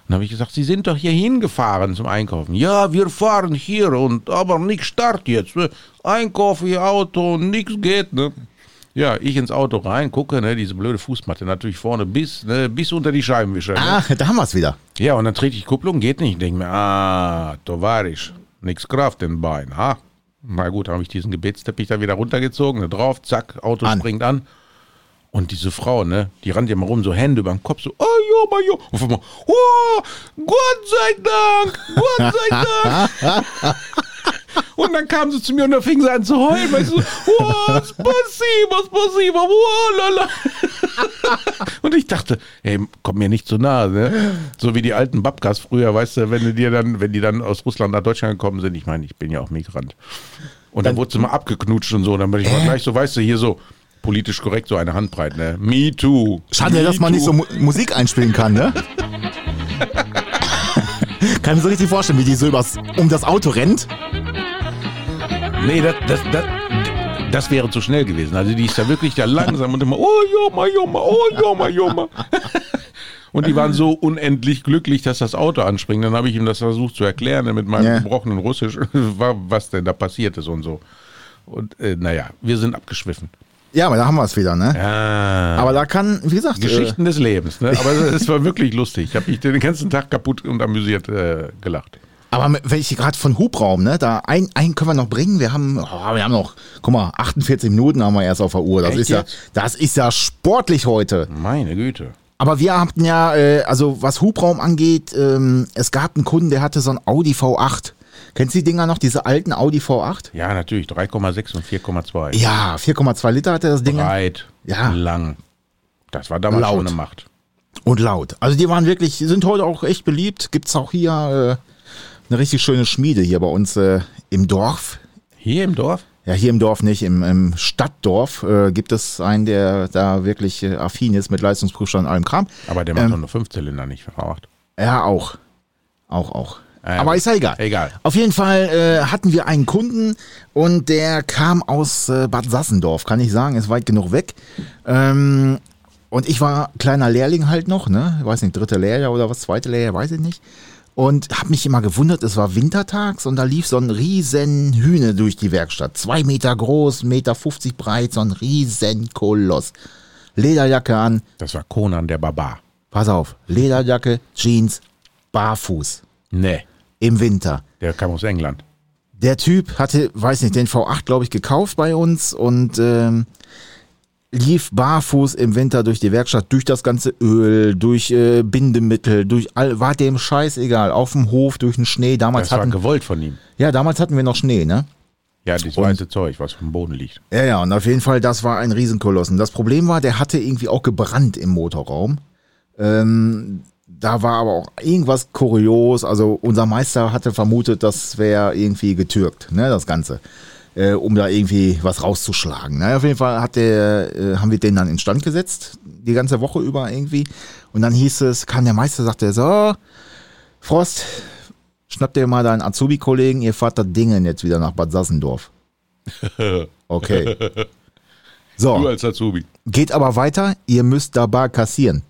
C: Und habe ich gesagt, sie sind doch hier hingefahren zum Einkaufen. Ja, wir fahren hier und aber nicht Start jetzt. Ne? Einkaufen, ihr Auto, nichts geht. Ne? Ja, ich ins Auto rein, gucke, ne, diese blöde Fußmatte natürlich vorne bis, ne, bis unter die Scheibenwischer. Ne?
B: Ach, Ah, da haben wir es wieder.
C: Ja, und dann trete ich Kupplung, geht nicht. Ich denke mir, ah, Tovarisch, nix Kraft im Bein, ha? Na gut, habe ich diesen Gebetsteppich da wieder runtergezogen, da drauf, zack, Auto
B: An.
C: springt an. Und diese Frau, ne, die rannte immer rum, so Hände über den Kopf, so, oh, jo, ma, jo. Und auf einmal, oh, Gott sei Dank, Gott sei Dank. Und dann kam sie zu mir und da fing sie an zu heulen, weil sie so, oh, spasiba, spasiba, oh, lala. Und ich dachte, ey, komm mir nicht zu nahe, ne? So wie die alten Babkas früher, weißt du, wenn du dir dann, wenn die dann aus Russland nach Deutschland gekommen sind, ich meine, ich bin ja auch Migrant. Und dann, wurde sie mal abgeknutscht und so, dann bin ich mal gleich so, weißt du, hier so politisch korrekt, so eine Handbreit, ne? Me too.
B: Schade,
C: Me
B: dass man
C: too.
B: nicht so Mu Musik einspielen kann, ne? kann ich mir so richtig vorstellen, wie die so übers, um das Auto rennt.
C: Nee, das, das, das, das wäre zu schnell gewesen. Also die ist da wirklich da langsam und immer, oh Joma, Joma, oh Joma, Joma. Und die waren so unendlich glücklich, dass das Auto anspringt. Dann habe ich ihm das versucht zu erklären mit meinem
B: Ja.
C: gebrochenen Russisch, wa- was denn da passiert ist und so. Und äh, naja, wir sind abgeschwiffen. Ah.
B: Ja, aber da haben wir es wieder, ne? Aber äh, da kann, wie gesagt,
C: Geschichten des Lebens. Ne? Aber es war wirklich lustig. Ich habe mich den ganzen Tag kaputt und amüsiert äh,
B: Äh,
C: gelacht.
B: aber mit- wenn ich gerade von Hubraum, ne? Da ein, einen können wir noch bringen. Wir haben, oh, wir haben noch, guck mal, 48 Minuten haben wir erst auf der Uhr. Das
C: Echt
B: ist ja,
C: jetzt?
B: das ist ja sportlich heute.
C: Meine Güte.
B: Aber wir hatten ja, äh, also was Hubraum angeht, ähm, es gab einen Kunden, der hatte so einen Audi V8. Kennst du die Dinger noch, diese alten Audi V8?
C: Ja, natürlich. 3,6 und 4,2.
B: Ja, 4,2 Liter hatte das Ding
C: breit,
B: Ja.
C: lang. Das war damals
B: Laut.
C: schon eine Macht.
B: und laut. Also die waren wirklich, sind heute auch echt beliebt. Gibt's auch hier äh, eine richtig schöne Schmiede hier bei uns äh, im Dorf.
C: Hier im Dorf?
B: Ja, hier im Dorf nicht, im, im Stadtdorf äh, gibt es einen, der da wirklich äh, affin ist mit Leistungsprüfstand und allem Kram.
C: Aber der macht
B: Ähm.
C: doch nur Fünfzylinder nicht verbraucht.
B: Ja, auch. Auch, auch.
C: Ja,
B: Aber ist ja egal.
C: egal.
B: Auf jeden Fall äh, hatten wir einen Kunden und der kam aus äh, Bad Sassendorf, kann ich sagen, ist weit genug weg. Ähm, und ich war kleiner Lehrling halt noch, ne? Ich weiß nicht, dritte Lehrjahr oder was, zweite Lehrjahr, weiß ich nicht. Und habe mich immer gewundert, es war wintertags und da lief so ein riesen Hühne durch die Werkstatt. Zwei Meter groß, Meter 50 breit, so ein riesen Koloss. Lederjacke an,
C: Das war Conan der Barbar.
B: pass auf, Lederjacke, Jeans, barfuß
C: Nee,
B: im Winter.
C: der kam aus England.
B: Der Typ hatte, weiß nicht, den V8, glaube ich, gekauft bei uns und ähm, lief barfuß im Winter durch die Werkstatt, durch das ganze Öl, durch äh, Bindemittel, durch all, war dem Scheiß egal, auf dem Hof, durch den Schnee. Damals
C: Das war
B: hatten,
C: gewollt von ihm.
B: ja, damals hatten wir noch Schnee, ne?
C: Ja, das weiße Zeug, was vom Boden liegt.
B: Ja, ja, und auf jeden Fall, das war ein Riesenkolossen. Das Problem war, der hatte irgendwie auch gebrannt im Motorraum. Ähm, da war aber auch irgendwas kurios. Also unser Meister hatte vermutet, das wäre irgendwie getürkt, ne, das Ganze. Äh, um da irgendwie was rauszuschlagen. Na, auf jeden Fall hat der, äh, haben wir den dann instand gesetzt, die ganze Woche über irgendwie. Und dann hieß es, kam der Meister, sagte so, Frost, schnapp dir mal deinen Azubi-Kollegen, ihr fahrt das Dingen jetzt wieder nach Bad Sassendorf. Okay. So.
C: Du als Azubi.
B: Geht aber weiter, ihr müsst da bar kassieren.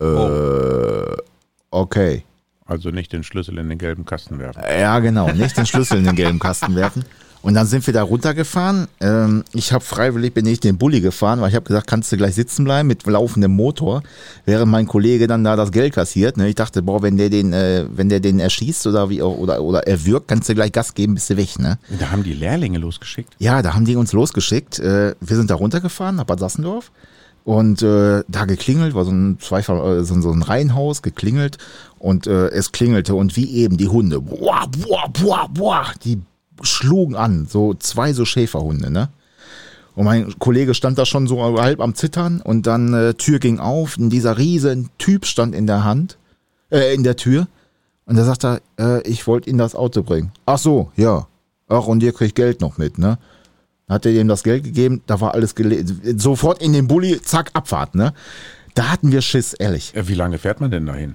B: Äh, okay.
C: Also nicht den Schlüssel in den gelben Kasten werfen.
B: Ja, genau. Nicht den Schlüssel in den gelben Kasten werfen. Und dann sind wir da runtergefahren. Ähm, ich habe freiwillig bin ich den Bulli gefahren, weil ich habe gesagt, kannst du gleich sitzen bleiben mit laufendem Motor, während mein Kollege dann da das Geld kassiert. Ne? Ich dachte, boah, wenn der den, äh, wenn der den erschießt oder wie auch, oder oder erwürgt, kannst du gleich Gas geben, bist du weg. Ne?
C: Da haben die Lehrlinge losgeschickt.
B: Ja, da haben die uns losgeschickt. Äh, wir sind da runtergefahren nach Bad Sassendorf und äh, da geklingelt, war so ein, zwei, äh, so ein- so ein Reihenhaus, geklingelt und äh, es klingelte und wie eben die Hunde, boah, boah, boah, boah, die schlugen an, so zwei so Schäferhunde, ne? Und mein Kollege stand da schon so halb am Zittern und dann äh, Tür ging auf und dieser riesen Typ stand in der Hand, äh, in der Tür und da sagt er, äh, ich wollte Ihnen das Auto bringen. Ach so, ja. Ach, und ihr kriegt Geld noch mit, ne? hat er ihm das Geld gegeben, da war alles gele sofort in den Bulli, zack, Abfahrt, ne? Da hatten wir Schiss, ehrlich.
C: Äh, Wie lange fährt man denn dahin?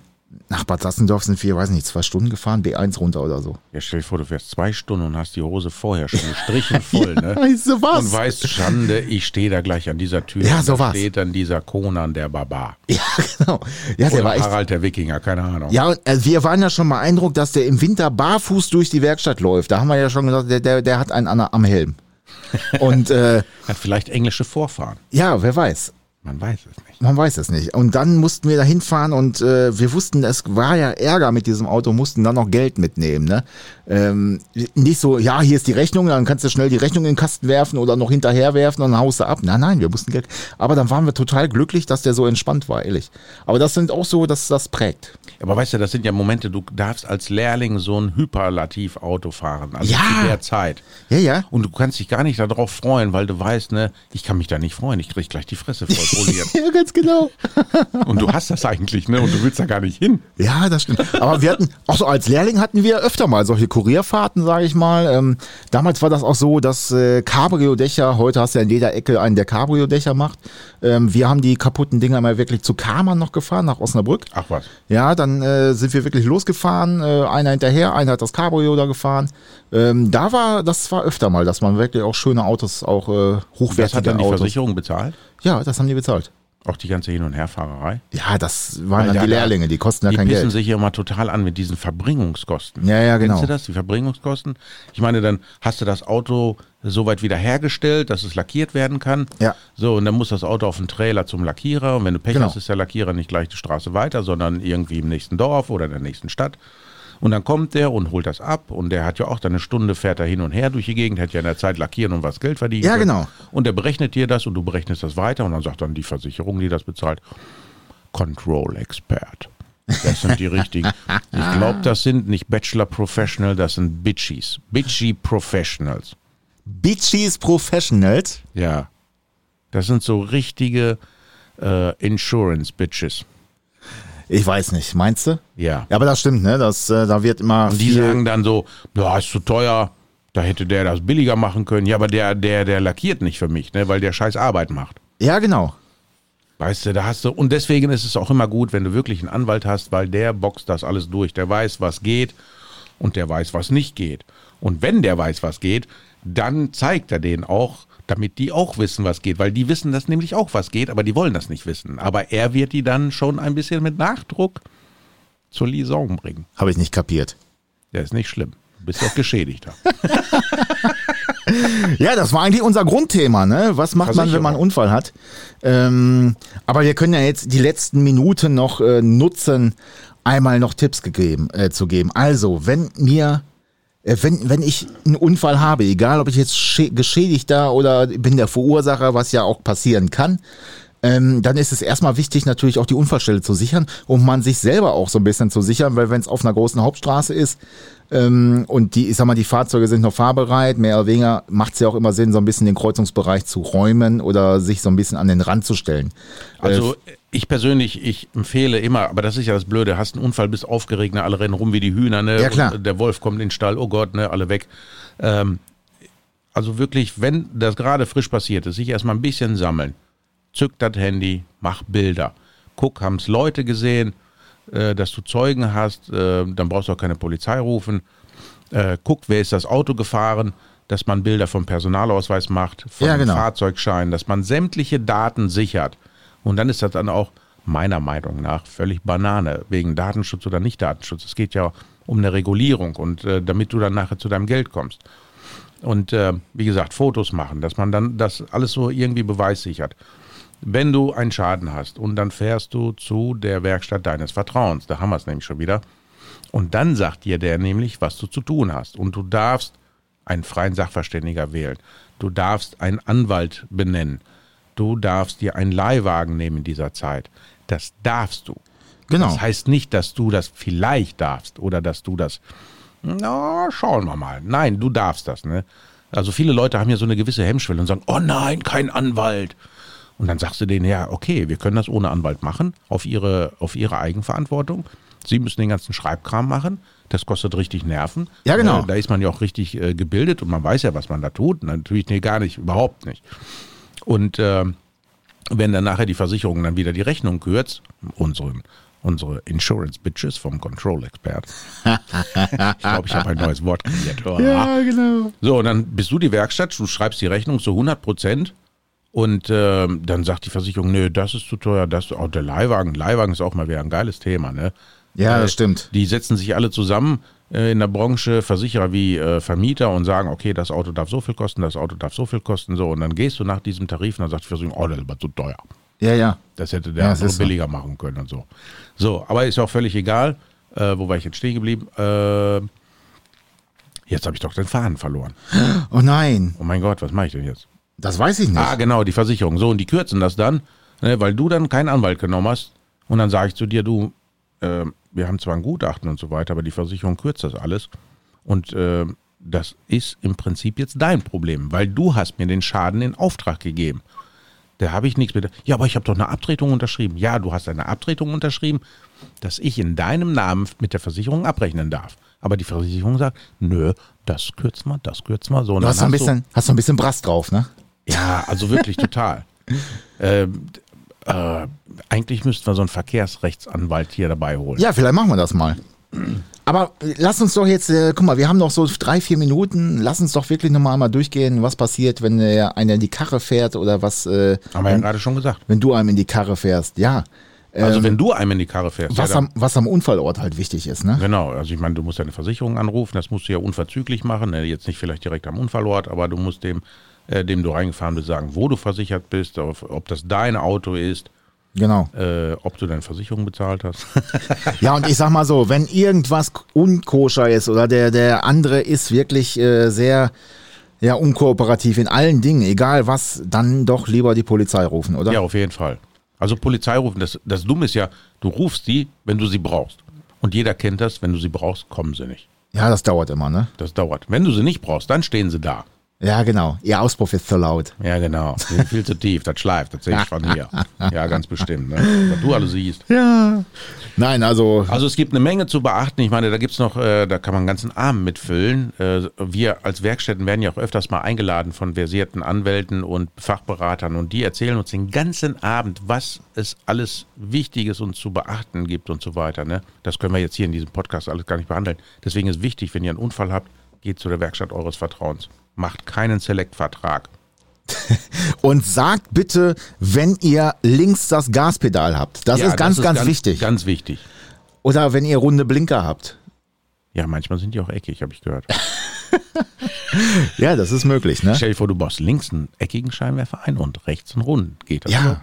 B: Nach Bad Sassendorf sind wir, weiß nicht, zwei Stunden gefahren, B1 runter oder so.
C: Ja, stell dir vor, du fährst zwei Stunden und hast die Hose vorher schon gestrichen voll, ne?
B: Weißt du
C: Und weißt, Schande, ich stehe da gleich an dieser Tür.
B: Ja,
C: Und
B: so
C: da
B: war's.
C: steht dann dieser Conan, der Barbar.
B: Ja, genau. Ja, der
C: Oder
B: war echt.
C: Harald der Wikinger, keine Ahnung.
B: Ja, und, äh, wir waren ja schon beeindruckt, dass der im Winter barfuß durch die Werkstatt läuft. Da haben wir ja schon gesagt, der, der, der hat einen an, am Helm. Und äh,
C: Hat vielleicht englische Vorfahren.
B: ja, wer weiß.
C: Man weiß es nicht.
B: Man weiß es nicht. Und dann mussten wir da hinfahren und äh, wir wussten, es war ja Ärger mit diesem Auto, mussten dann noch Geld mitnehmen. Ne? Ähm, nicht so, ja, hier ist die Rechnung, dann kannst du schnell die Rechnung in den Kasten werfen oder noch hinterher werfen und dann haust du ab. Nein, nein, wir mussten Geld. Aber dann waren wir total glücklich, dass der so entspannt war, ehrlich. Aber das sind auch so, dass das prägt.
C: Aber weißt du, das sind ja Momente, du darfst als Lehrling so ein Hyperlativ-Auto fahren. Also
B: Ja.
C: zu der Zeit.
B: Ja, ja.
C: Und du kannst dich gar nicht darauf freuen, weil du weißt, ne, ich kann mich da nicht freuen, ich krieg gleich die Fresse voll poliert.
B: Ja, ganz genau.
C: Und du hast das eigentlich, ne? Und du willst da gar nicht hin.
B: Ja, das stimmt. Aber wir hatten, auch so als Lehrling hatten wir öfter mal solche Kurierfahrten, sage ich mal. Ähm, damals war das auch so, dass äh, Cabrio-Dächer, heute hast du ja in jeder Ecke einen, der Cabrio-Dächer macht. Ähm, wir haben die kaputten Dinger mal wirklich zu Kammern noch gefahren, nach Osnabrück.
C: Ach was.
B: Ja, dann äh, sind wir wirklich losgefahren, äh, einer hinterher, einer hat das Cabrio da gefahren. Ähm, da war, das war öfter mal, dass man wirklich auch schöne Autos, auch äh, hochwertige
C: Das hat dann die
B: Autos.
C: Versicherung bezahlt?
B: Ja, das haben die bezahlt.
C: Auch die ganze Hin- und Herfahrerei?
B: Ja, das waren
C: Alter,
B: dann die
C: da-
B: Lehrlinge, die kosten ja
C: die
B: kein
C: pissen
B: Geld.
C: sich ja immer total an mit diesen Verbringungskosten.
B: Ja, ja, genau.
C: Kennst du das? Die Verbringungskosten? Ich meine, dann hast du das Auto soweit wieder hergestellt, dass es lackiert werden kann.
B: Ja.
C: So, und dann muss das Auto auf den Trailer zum Lackierer. Und wenn du Pech
B: Genau.
C: hast, ist der Lackierer nicht gleich die Straße weiter, sondern irgendwie im nächsten Dorf oder in der nächsten Stadt. Und dann kommt der und holt das ab. Und der hat ja auch dann eine Stunde, fährt er hin und her durch die Gegend, hätte ja in der Zeit lackieren und was Geld verdienen.
B: Ja,
C: können.
B: genau.
C: Und der berechnet dir das und du berechnest das weiter. Und dann sagt dann die Versicherung, die das bezahlt, Control Expert. Das sind die richtigen. Ich glaube, das sind nicht Bachelor Professional, das sind Bitchies. Bitchy Professionals.
B: Bitchies Professionals.
C: Ja. Das sind so richtige äh, Insurance Bitches.
B: Ich weiß nicht, meinst du?
C: Ja.
B: Ja, aber das stimmt, ne? Das, äh, da wird immer
C: Und die sagen dann so, ja, ist zu teuer. Da hätte der das billiger machen können. Ja, aber der, der, der lackiert nicht für mich, ne, weil der scheiß Arbeit macht.
B: ja, genau.
C: Weißt du, da hast du, und deswegen ist es auch immer gut, wenn du wirklich einen Anwalt hast, weil der boxt das alles durch. Der weiß, was geht und der weiß, was nicht geht. Und wenn der weiß, was geht, dann zeigt er denen auch, damit die auch wissen, was geht, weil die wissen das nämlich auch, was geht, aber die wollen das nicht wissen. Aber er wird die dann schon ein bisschen mit Nachdruck zur Liaison bringen.
B: Habe ich nicht kapiert.
C: Der ist nicht schlimm. Du bist auch Geschädigter.
B: Ja, das war eigentlich unser Grundthema, ne? Was macht man, wenn man einen Unfall hat? Ähm, aber wir können ja jetzt die letzten Minuten noch äh, nutzen, einmal noch Tipps gegeben, äh, zu geben. Also, wenn mir, äh, wenn, wenn ich einen Unfall habe, egal ob ich jetzt schä- geschädigter oder bin der Verursacher, was ja auch passieren kann, ähm, dann ist es erstmal wichtig, natürlich auch die Unfallstelle zu sichern, um man sich selber auch so ein bisschen zu sichern, weil wenn es auf einer großen Hauptstraße ist, und die, ich sag mal, die Fahrzeuge sind noch fahrbereit, mehr oder weniger macht es ja auch immer Sinn, so ein bisschen den Kreuzungsbereich zu räumen oder sich so ein bisschen an den Rand zu stellen.
C: Also ich persönlich, ich empfehle immer, aber das ist ja das Blöde, hast einen Unfall, bist aufgeregt, ne, alle rennen rum wie die Hühner, ne?
B: Ja, klar.
C: Und der Wolf kommt in den Stall, oh Gott, ne, alle weg. Ähm, also wirklich, wenn das gerade frisch passiert ist, sich erstmal ein bisschen sammeln, zück das Handy, mach Bilder, guck, haben es Leute gesehen, äh, dass du Zeugen hast, äh, dann brauchst du auch keine Polizei rufen. Äh, guck, wer ist das Auto gefahren, dass man Bilder vom Personalausweis macht, von
B: Ja, genau.
C: Fahrzeugschein, dass man sämtliche Daten sichert. Und dann ist das dann auch meiner Meinung nach völlig Banane, wegen Datenschutz oder nicht Datenschutz. Es geht ja um eine Regulierung und äh, damit du dann nachher zu deinem Geld kommst. Und äh, wie gesagt, Fotos machen, dass man dann das alles so irgendwie beweissichert. Wenn du einen Schaden hast und dann fährst du zu der Werkstatt deines Vertrauens, da haben wir es nämlich schon wieder, und dann sagt dir der nämlich, was du zu tun hast. Und du darfst einen freien Sachverständiger wählen. Du darfst einen Anwalt benennen. Du darfst dir einen Leihwagen nehmen in dieser Zeit. Das darfst du.
B: Genau.
C: Das heißt nicht, dass du das vielleicht darfst oder dass du das. Na, schauen wir mal. Nein, du darfst das. Ne? Also viele Leute haben ja so eine gewisse Hemmschwelle und sagen, oh nein, kein Anwalt. Und dann sagst du denen, ja, okay, wir können das ohne Anwalt machen, auf ihre, auf ihre Eigenverantwortung. Sie müssen den ganzen Schreibkram machen. Das kostet richtig Nerven.
B: Ja, genau.
C: Äh, Da ist man ja auch richtig äh, gebildet und man weiß ja, was man da tut. Natürlich, nee, gar nicht, überhaupt nicht. Und ähm, wenn dann nachher die Versicherung dann wieder die Rechnung kürzt, unseren, unsere Insurance Bitches vom Control Expert. ich glaube, ich habe ein neues Wort kreiert.
B: genau.
C: So, und dann bist du die Werkstatt, du schreibst die Rechnung zu 100 Prozent und ähm, dann sagt die Versicherung, nö, das ist zu teuer, das, oh, der Leihwagen, Leihwagen ist auch mal wieder ein geiles Thema, ne?
B: Ja, das stimmt.
C: Die setzen sich alle zusammen äh, in der Branche, Versicherer wie äh, Vermieter und sagen, okay, das Auto darf so viel kosten, das Auto darf so viel kosten, so. Und dann gehst du nach diesem Tarif und dann sagt die Versicherung, oh, das ist aber zu teuer.
B: Ja, ja.
C: Das hätte der
B: Ja, das
C: andere
B: ist so.
C: billiger machen können und so. So, aber ist auch völlig egal. Äh, wo war ich jetzt stehen geblieben? Äh, jetzt habe ich doch den Faden verloren.
B: Oh nein,
C: Oh mein Gott, was mache ich denn jetzt?
B: das weiß ich nicht.
C: Ah, genau, die Versicherung. So, und die kürzen das dann, ne, weil du dann keinen Anwalt genommen hast. Und dann sage ich zu dir, du, äh, wir haben zwar ein Gutachten und so weiter, aber die Versicherung kürzt das alles. Und äh, das ist im Prinzip jetzt dein Problem, weil du hast mir den Schaden in Auftrag gegeben. Da habe ich nichts mit. Ja, aber ich habe doch eine Abtretung unterschrieben. Ja, du hast eine Abtretung unterschrieben, dass ich in deinem Namen mit der Versicherung abrechnen darf. Aber die Versicherung sagt, nö, das kürzen wir, das kürzen wir. So,
B: du
C: und dann
B: hast so ein bisschen, hast so ein bisschen Brass drauf, ne?
C: ja, also wirklich total. ähm, d- äh, eigentlich müssten wir so einen Verkehrsrechtsanwalt hier dabei holen.
B: Ja, vielleicht machen wir das mal. Aber lass uns doch jetzt, äh, guck mal, wir haben noch so drei, vier Minuten. Lass uns doch wirklich nochmal einmal durchgehen, was passiert, wenn äh, einer in die Karre fährt oder was, äh,
C: Haben wir ja gerade schon gesagt.
B: wenn du einem in die Karre fährst. Ja.
C: Also wenn du einem in die Karre fährst.
B: ähm, Was
C: ja, dann-
B: am, was am Unfallort halt wichtig ist, ne?
C: genau, also ich meine, du musst deine Versicherung anrufen, das musst du ja unverzüglich machen. ne, Jetzt nicht vielleicht direkt am Unfallort, aber du musst dem, äh, dem du reingefahren bist, sagen, wo du versichert bist, ob, ob das dein Auto ist,
B: Genau.
C: äh, ob du deine Versicherung bezahlt hast.
B: Ja, und ich sag mal so, wenn irgendwas unkoscher ist oder der, der andere ist wirklich äh, sehr ja, unkooperativ in allen Dingen, egal was, dann doch lieber die Polizei rufen, oder?
C: Ja, auf jeden Fall. Also Polizei rufen, das, das Dumme ist ja, du rufst die, wenn du sie brauchst. Und jeder kennt das, wenn du sie brauchst, kommen sie nicht.
B: ja das dauert immer, ne?
C: Das dauert. Wenn du sie nicht brauchst, dann stehen sie da.
B: Ja, genau. Ihr Auspuff ist zu laut.
C: Ja, genau. Die sind viel zu tief, das schleift, das sehe ich von hier. Ja, ganz bestimmt. Ne? Was du alles siehst.
B: Ja. Nein, also,
C: Also es gibt eine Menge zu beachten. Ich meine, da gibt's noch, äh, da kann man einen ganzen Arm mitfüllen. Äh, wir als Werkstätten werden ja auch öfters mal eingeladen von versierten Anwälten und Fachberatern und die erzählen uns den ganzen Abend, was es alles Wichtiges und zu beachten gibt und so weiter. Ne? Das können wir jetzt hier in diesem Podcast alles gar nicht behandeln. Deswegen ist wichtig, wenn ihr einen Unfall habt, geht zu der Werkstatt eures Vertrauens. Macht keinen Select-Vertrag.
B: und sagt bitte, wenn ihr links das Gaspedal habt. Das
C: Ja,
B: ist ganz, ganz, wichtig.
C: Ganz wichtig.
B: oder wenn ihr runde Blinker habt.
C: Ja, manchmal sind die auch eckig, habe ich gehört.
B: Ja, das ist möglich, ne?
C: Stell dir vor, du baust links einen eckigen Scheinwerfer ein und rechts einen runden. Geht das? auch?
B: Ja.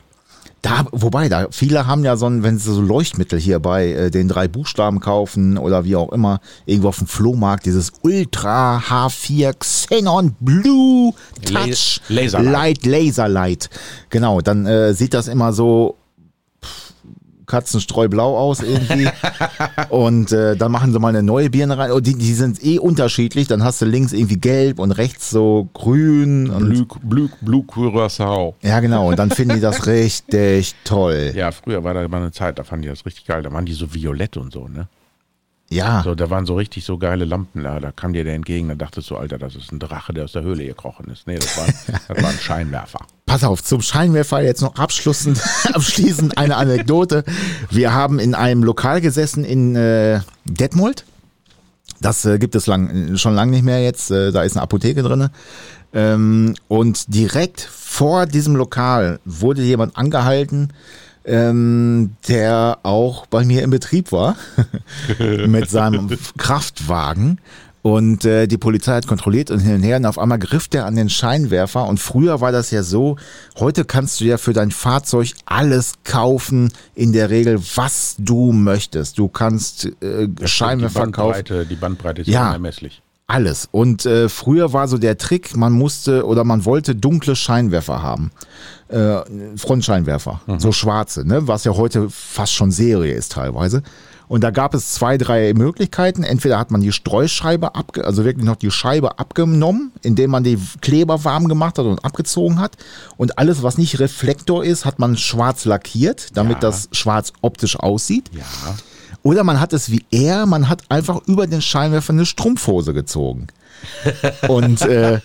B: Da, wobei, da viele haben ja so ein, wenn sie so Leuchtmittel hier bei äh, den drei Buchstaben kaufen oder wie auch immer, irgendwo auf dem Flohmarkt, dieses Ultra H4 Xenon Blue Touch
C: La- Laserlight.
B: Light Laserlight. Genau, dann äh, sieht das immer so pff, katzenstreublau aus irgendwie. und äh, dann machen sie mal eine neue Birne rein. Und die, die sind eh unterschiedlich. Dann hast du links irgendwie gelb und rechts so grün. Und,
C: Blück, Blück, Blück, Curaçao.
B: ja, genau. Und dann finden die das richtig toll.
C: Ja, früher war da immer eine Zeit, da fanden die das richtig geil. Da waren die so violett und so, ne?
B: Ja.
C: So, da waren so richtig so geile Lampen da. Da kam dir der entgegen, da dachtest du, Alter, das ist ein Drache, der aus der Höhle gekrochen ist. Nee, das war, das war ein Scheinwerfer.
B: Pass auf, zum Scheinwerfer jetzt noch abschließend, abschließend eine Anekdote. Wir haben in einem Lokal gesessen in äh, Detmold. Das äh, gibt es lang, schon lange nicht mehr jetzt. Äh, da ist eine Apotheke drinne. Ähm, und direkt vor diesem Lokal wurde jemand angehalten, ähm, der auch bei mir im Betrieb war mit seinem Kraftwagen Und äh, die Polizei hat kontrolliert und hin und her. Und auf einmal griff der an den Scheinwerfer. Und früher war das ja so, heute kannst du ja für dein Fahrzeug alles kaufen, in der Regel, was du möchtest. Du kannst äh, Scheinwerfer
C: die
B: kaufen.
C: Bandbreite, die Bandbreite ist
B: Ja.
C: ja. unermesslich.
B: Alles. Und äh, früher war so der Trick, man musste oder man wollte dunkle Scheinwerfer haben. Äh, Frontscheinwerfer,
C: Mhm.
B: so schwarze, ne? was ja heute fast schon Serie ist teilweise. Und da gab es zwei, drei Möglichkeiten. Entweder hat man die Streuscheibe abge, also wirklich noch die Scheibe abgenommen, indem man die Kleber warm gemacht hat und abgezogen hat. Und alles, was nicht Reflektor ist, hat man schwarz lackiert, damit
C: Ja.
B: das schwarz optisch aussieht.
C: Ja.
B: Oder man hat es wie er, man hat einfach über den Scheinwerfer eine Strumpfhose gezogen. Und äh,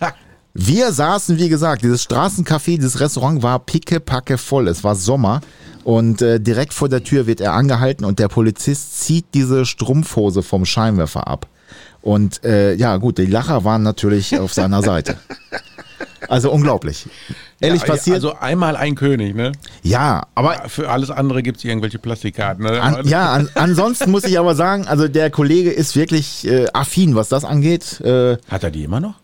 B: wir saßen, wie gesagt, dieses Straßencafé, dieses Restaurant war pickepacke voll. Es war Sommer und äh, direkt vor der Tür wird er angehalten und der Polizist zieht diese Strumpfhose vom Scheinwerfer ab. Und äh, ja, gut, die Lacher waren natürlich auf seiner Seite. Also unglaublich. Ehrlich
C: ja,
B: passiert.
C: Also einmal ein König, ne?
B: ja, aber
C: Für alles andere gibt es irgendwelche Plastikkarten. Ne?
B: An, ja, an, ansonsten muss ich aber sagen, also der Kollege ist wirklich äh, affin, was das angeht. Äh,
C: Hat er die immer noch?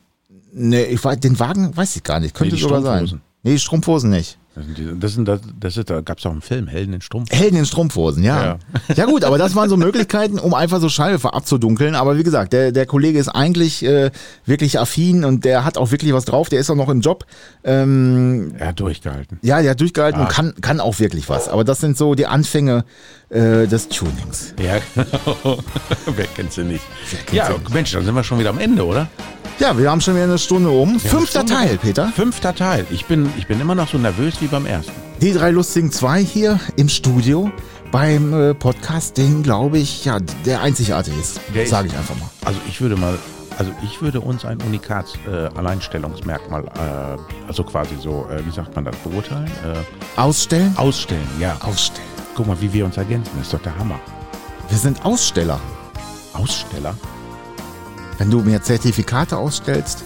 B: ne, ich weiß, den Wagen weiß ich gar nicht. Könnte
C: Nee, die
B: sogar sein.
C: Strumpfhosen.
B: Nee, die Strumpfhosen nicht.
C: Das sind, die, das sind das, das ist, da gab es auch einen Film, Helden in Strumpf.
B: Helden in Strumpfhosen, ja. ja. gut, aber das waren so Möglichkeiten, um einfach so Scheinwerfer abzudunkeln. Aber wie gesagt, der, der Kollege ist eigentlich äh, wirklich affin und der hat auch wirklich was drauf. Der ist auch noch im Job. Ähm,
C: Er hat durchgehalten.
B: ja, der hat durchgehalten
C: Ah.
B: und kann, kann auch wirklich was. Aber das sind so die Anfänge äh, des Tunings.
C: Ja, genau. Wer kennt sie nicht? ja, Mensch, dann sind wir schon wieder am Ende, oder?
B: Ja, wir haben schon wieder eine Stunde um. Fünfter
C: Stunde.
B: Teil, Peter.
C: Fünfter Teil. Ich bin, ich bin immer noch so nervös wie beim ersten.
B: Die drei lustigen zwei hier im Studio beim äh, Podcast, den glaube ich, ja, der einzigartig ist.
C: Der ist-
B: Sage ich einfach mal.
C: Also ich würde mal, also ich würde uns ein Unikats-Alleinstellungsmerkmal, äh, also quasi so, äh, wie sagt man das, beurteilen? Äh,
B: Ausstellen?
C: ausstellen, ja.
B: Ausstellen.
C: Guck mal, wie wir uns ergänzen. Das ist doch der Hammer.
B: Wir sind Aussteller.
C: Aussteller?
B: Wenn du mir Zertifikate ausstellst,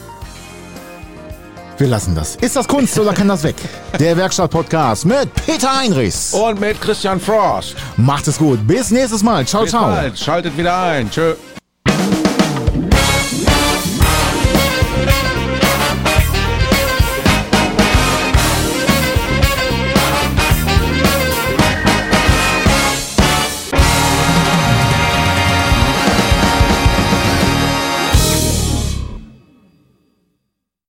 B: wir lassen das. Ist das Kunst oder kann das weg? Der Werkstatt-Podcast mit Peter Heinrichs.
C: Oh. Und mit Christian Frost.
B: Macht es gut. Bis nächstes Mal. Ciao,
C: Bis
B: ciao.
C: bald. Schaltet wieder ein. Tschö.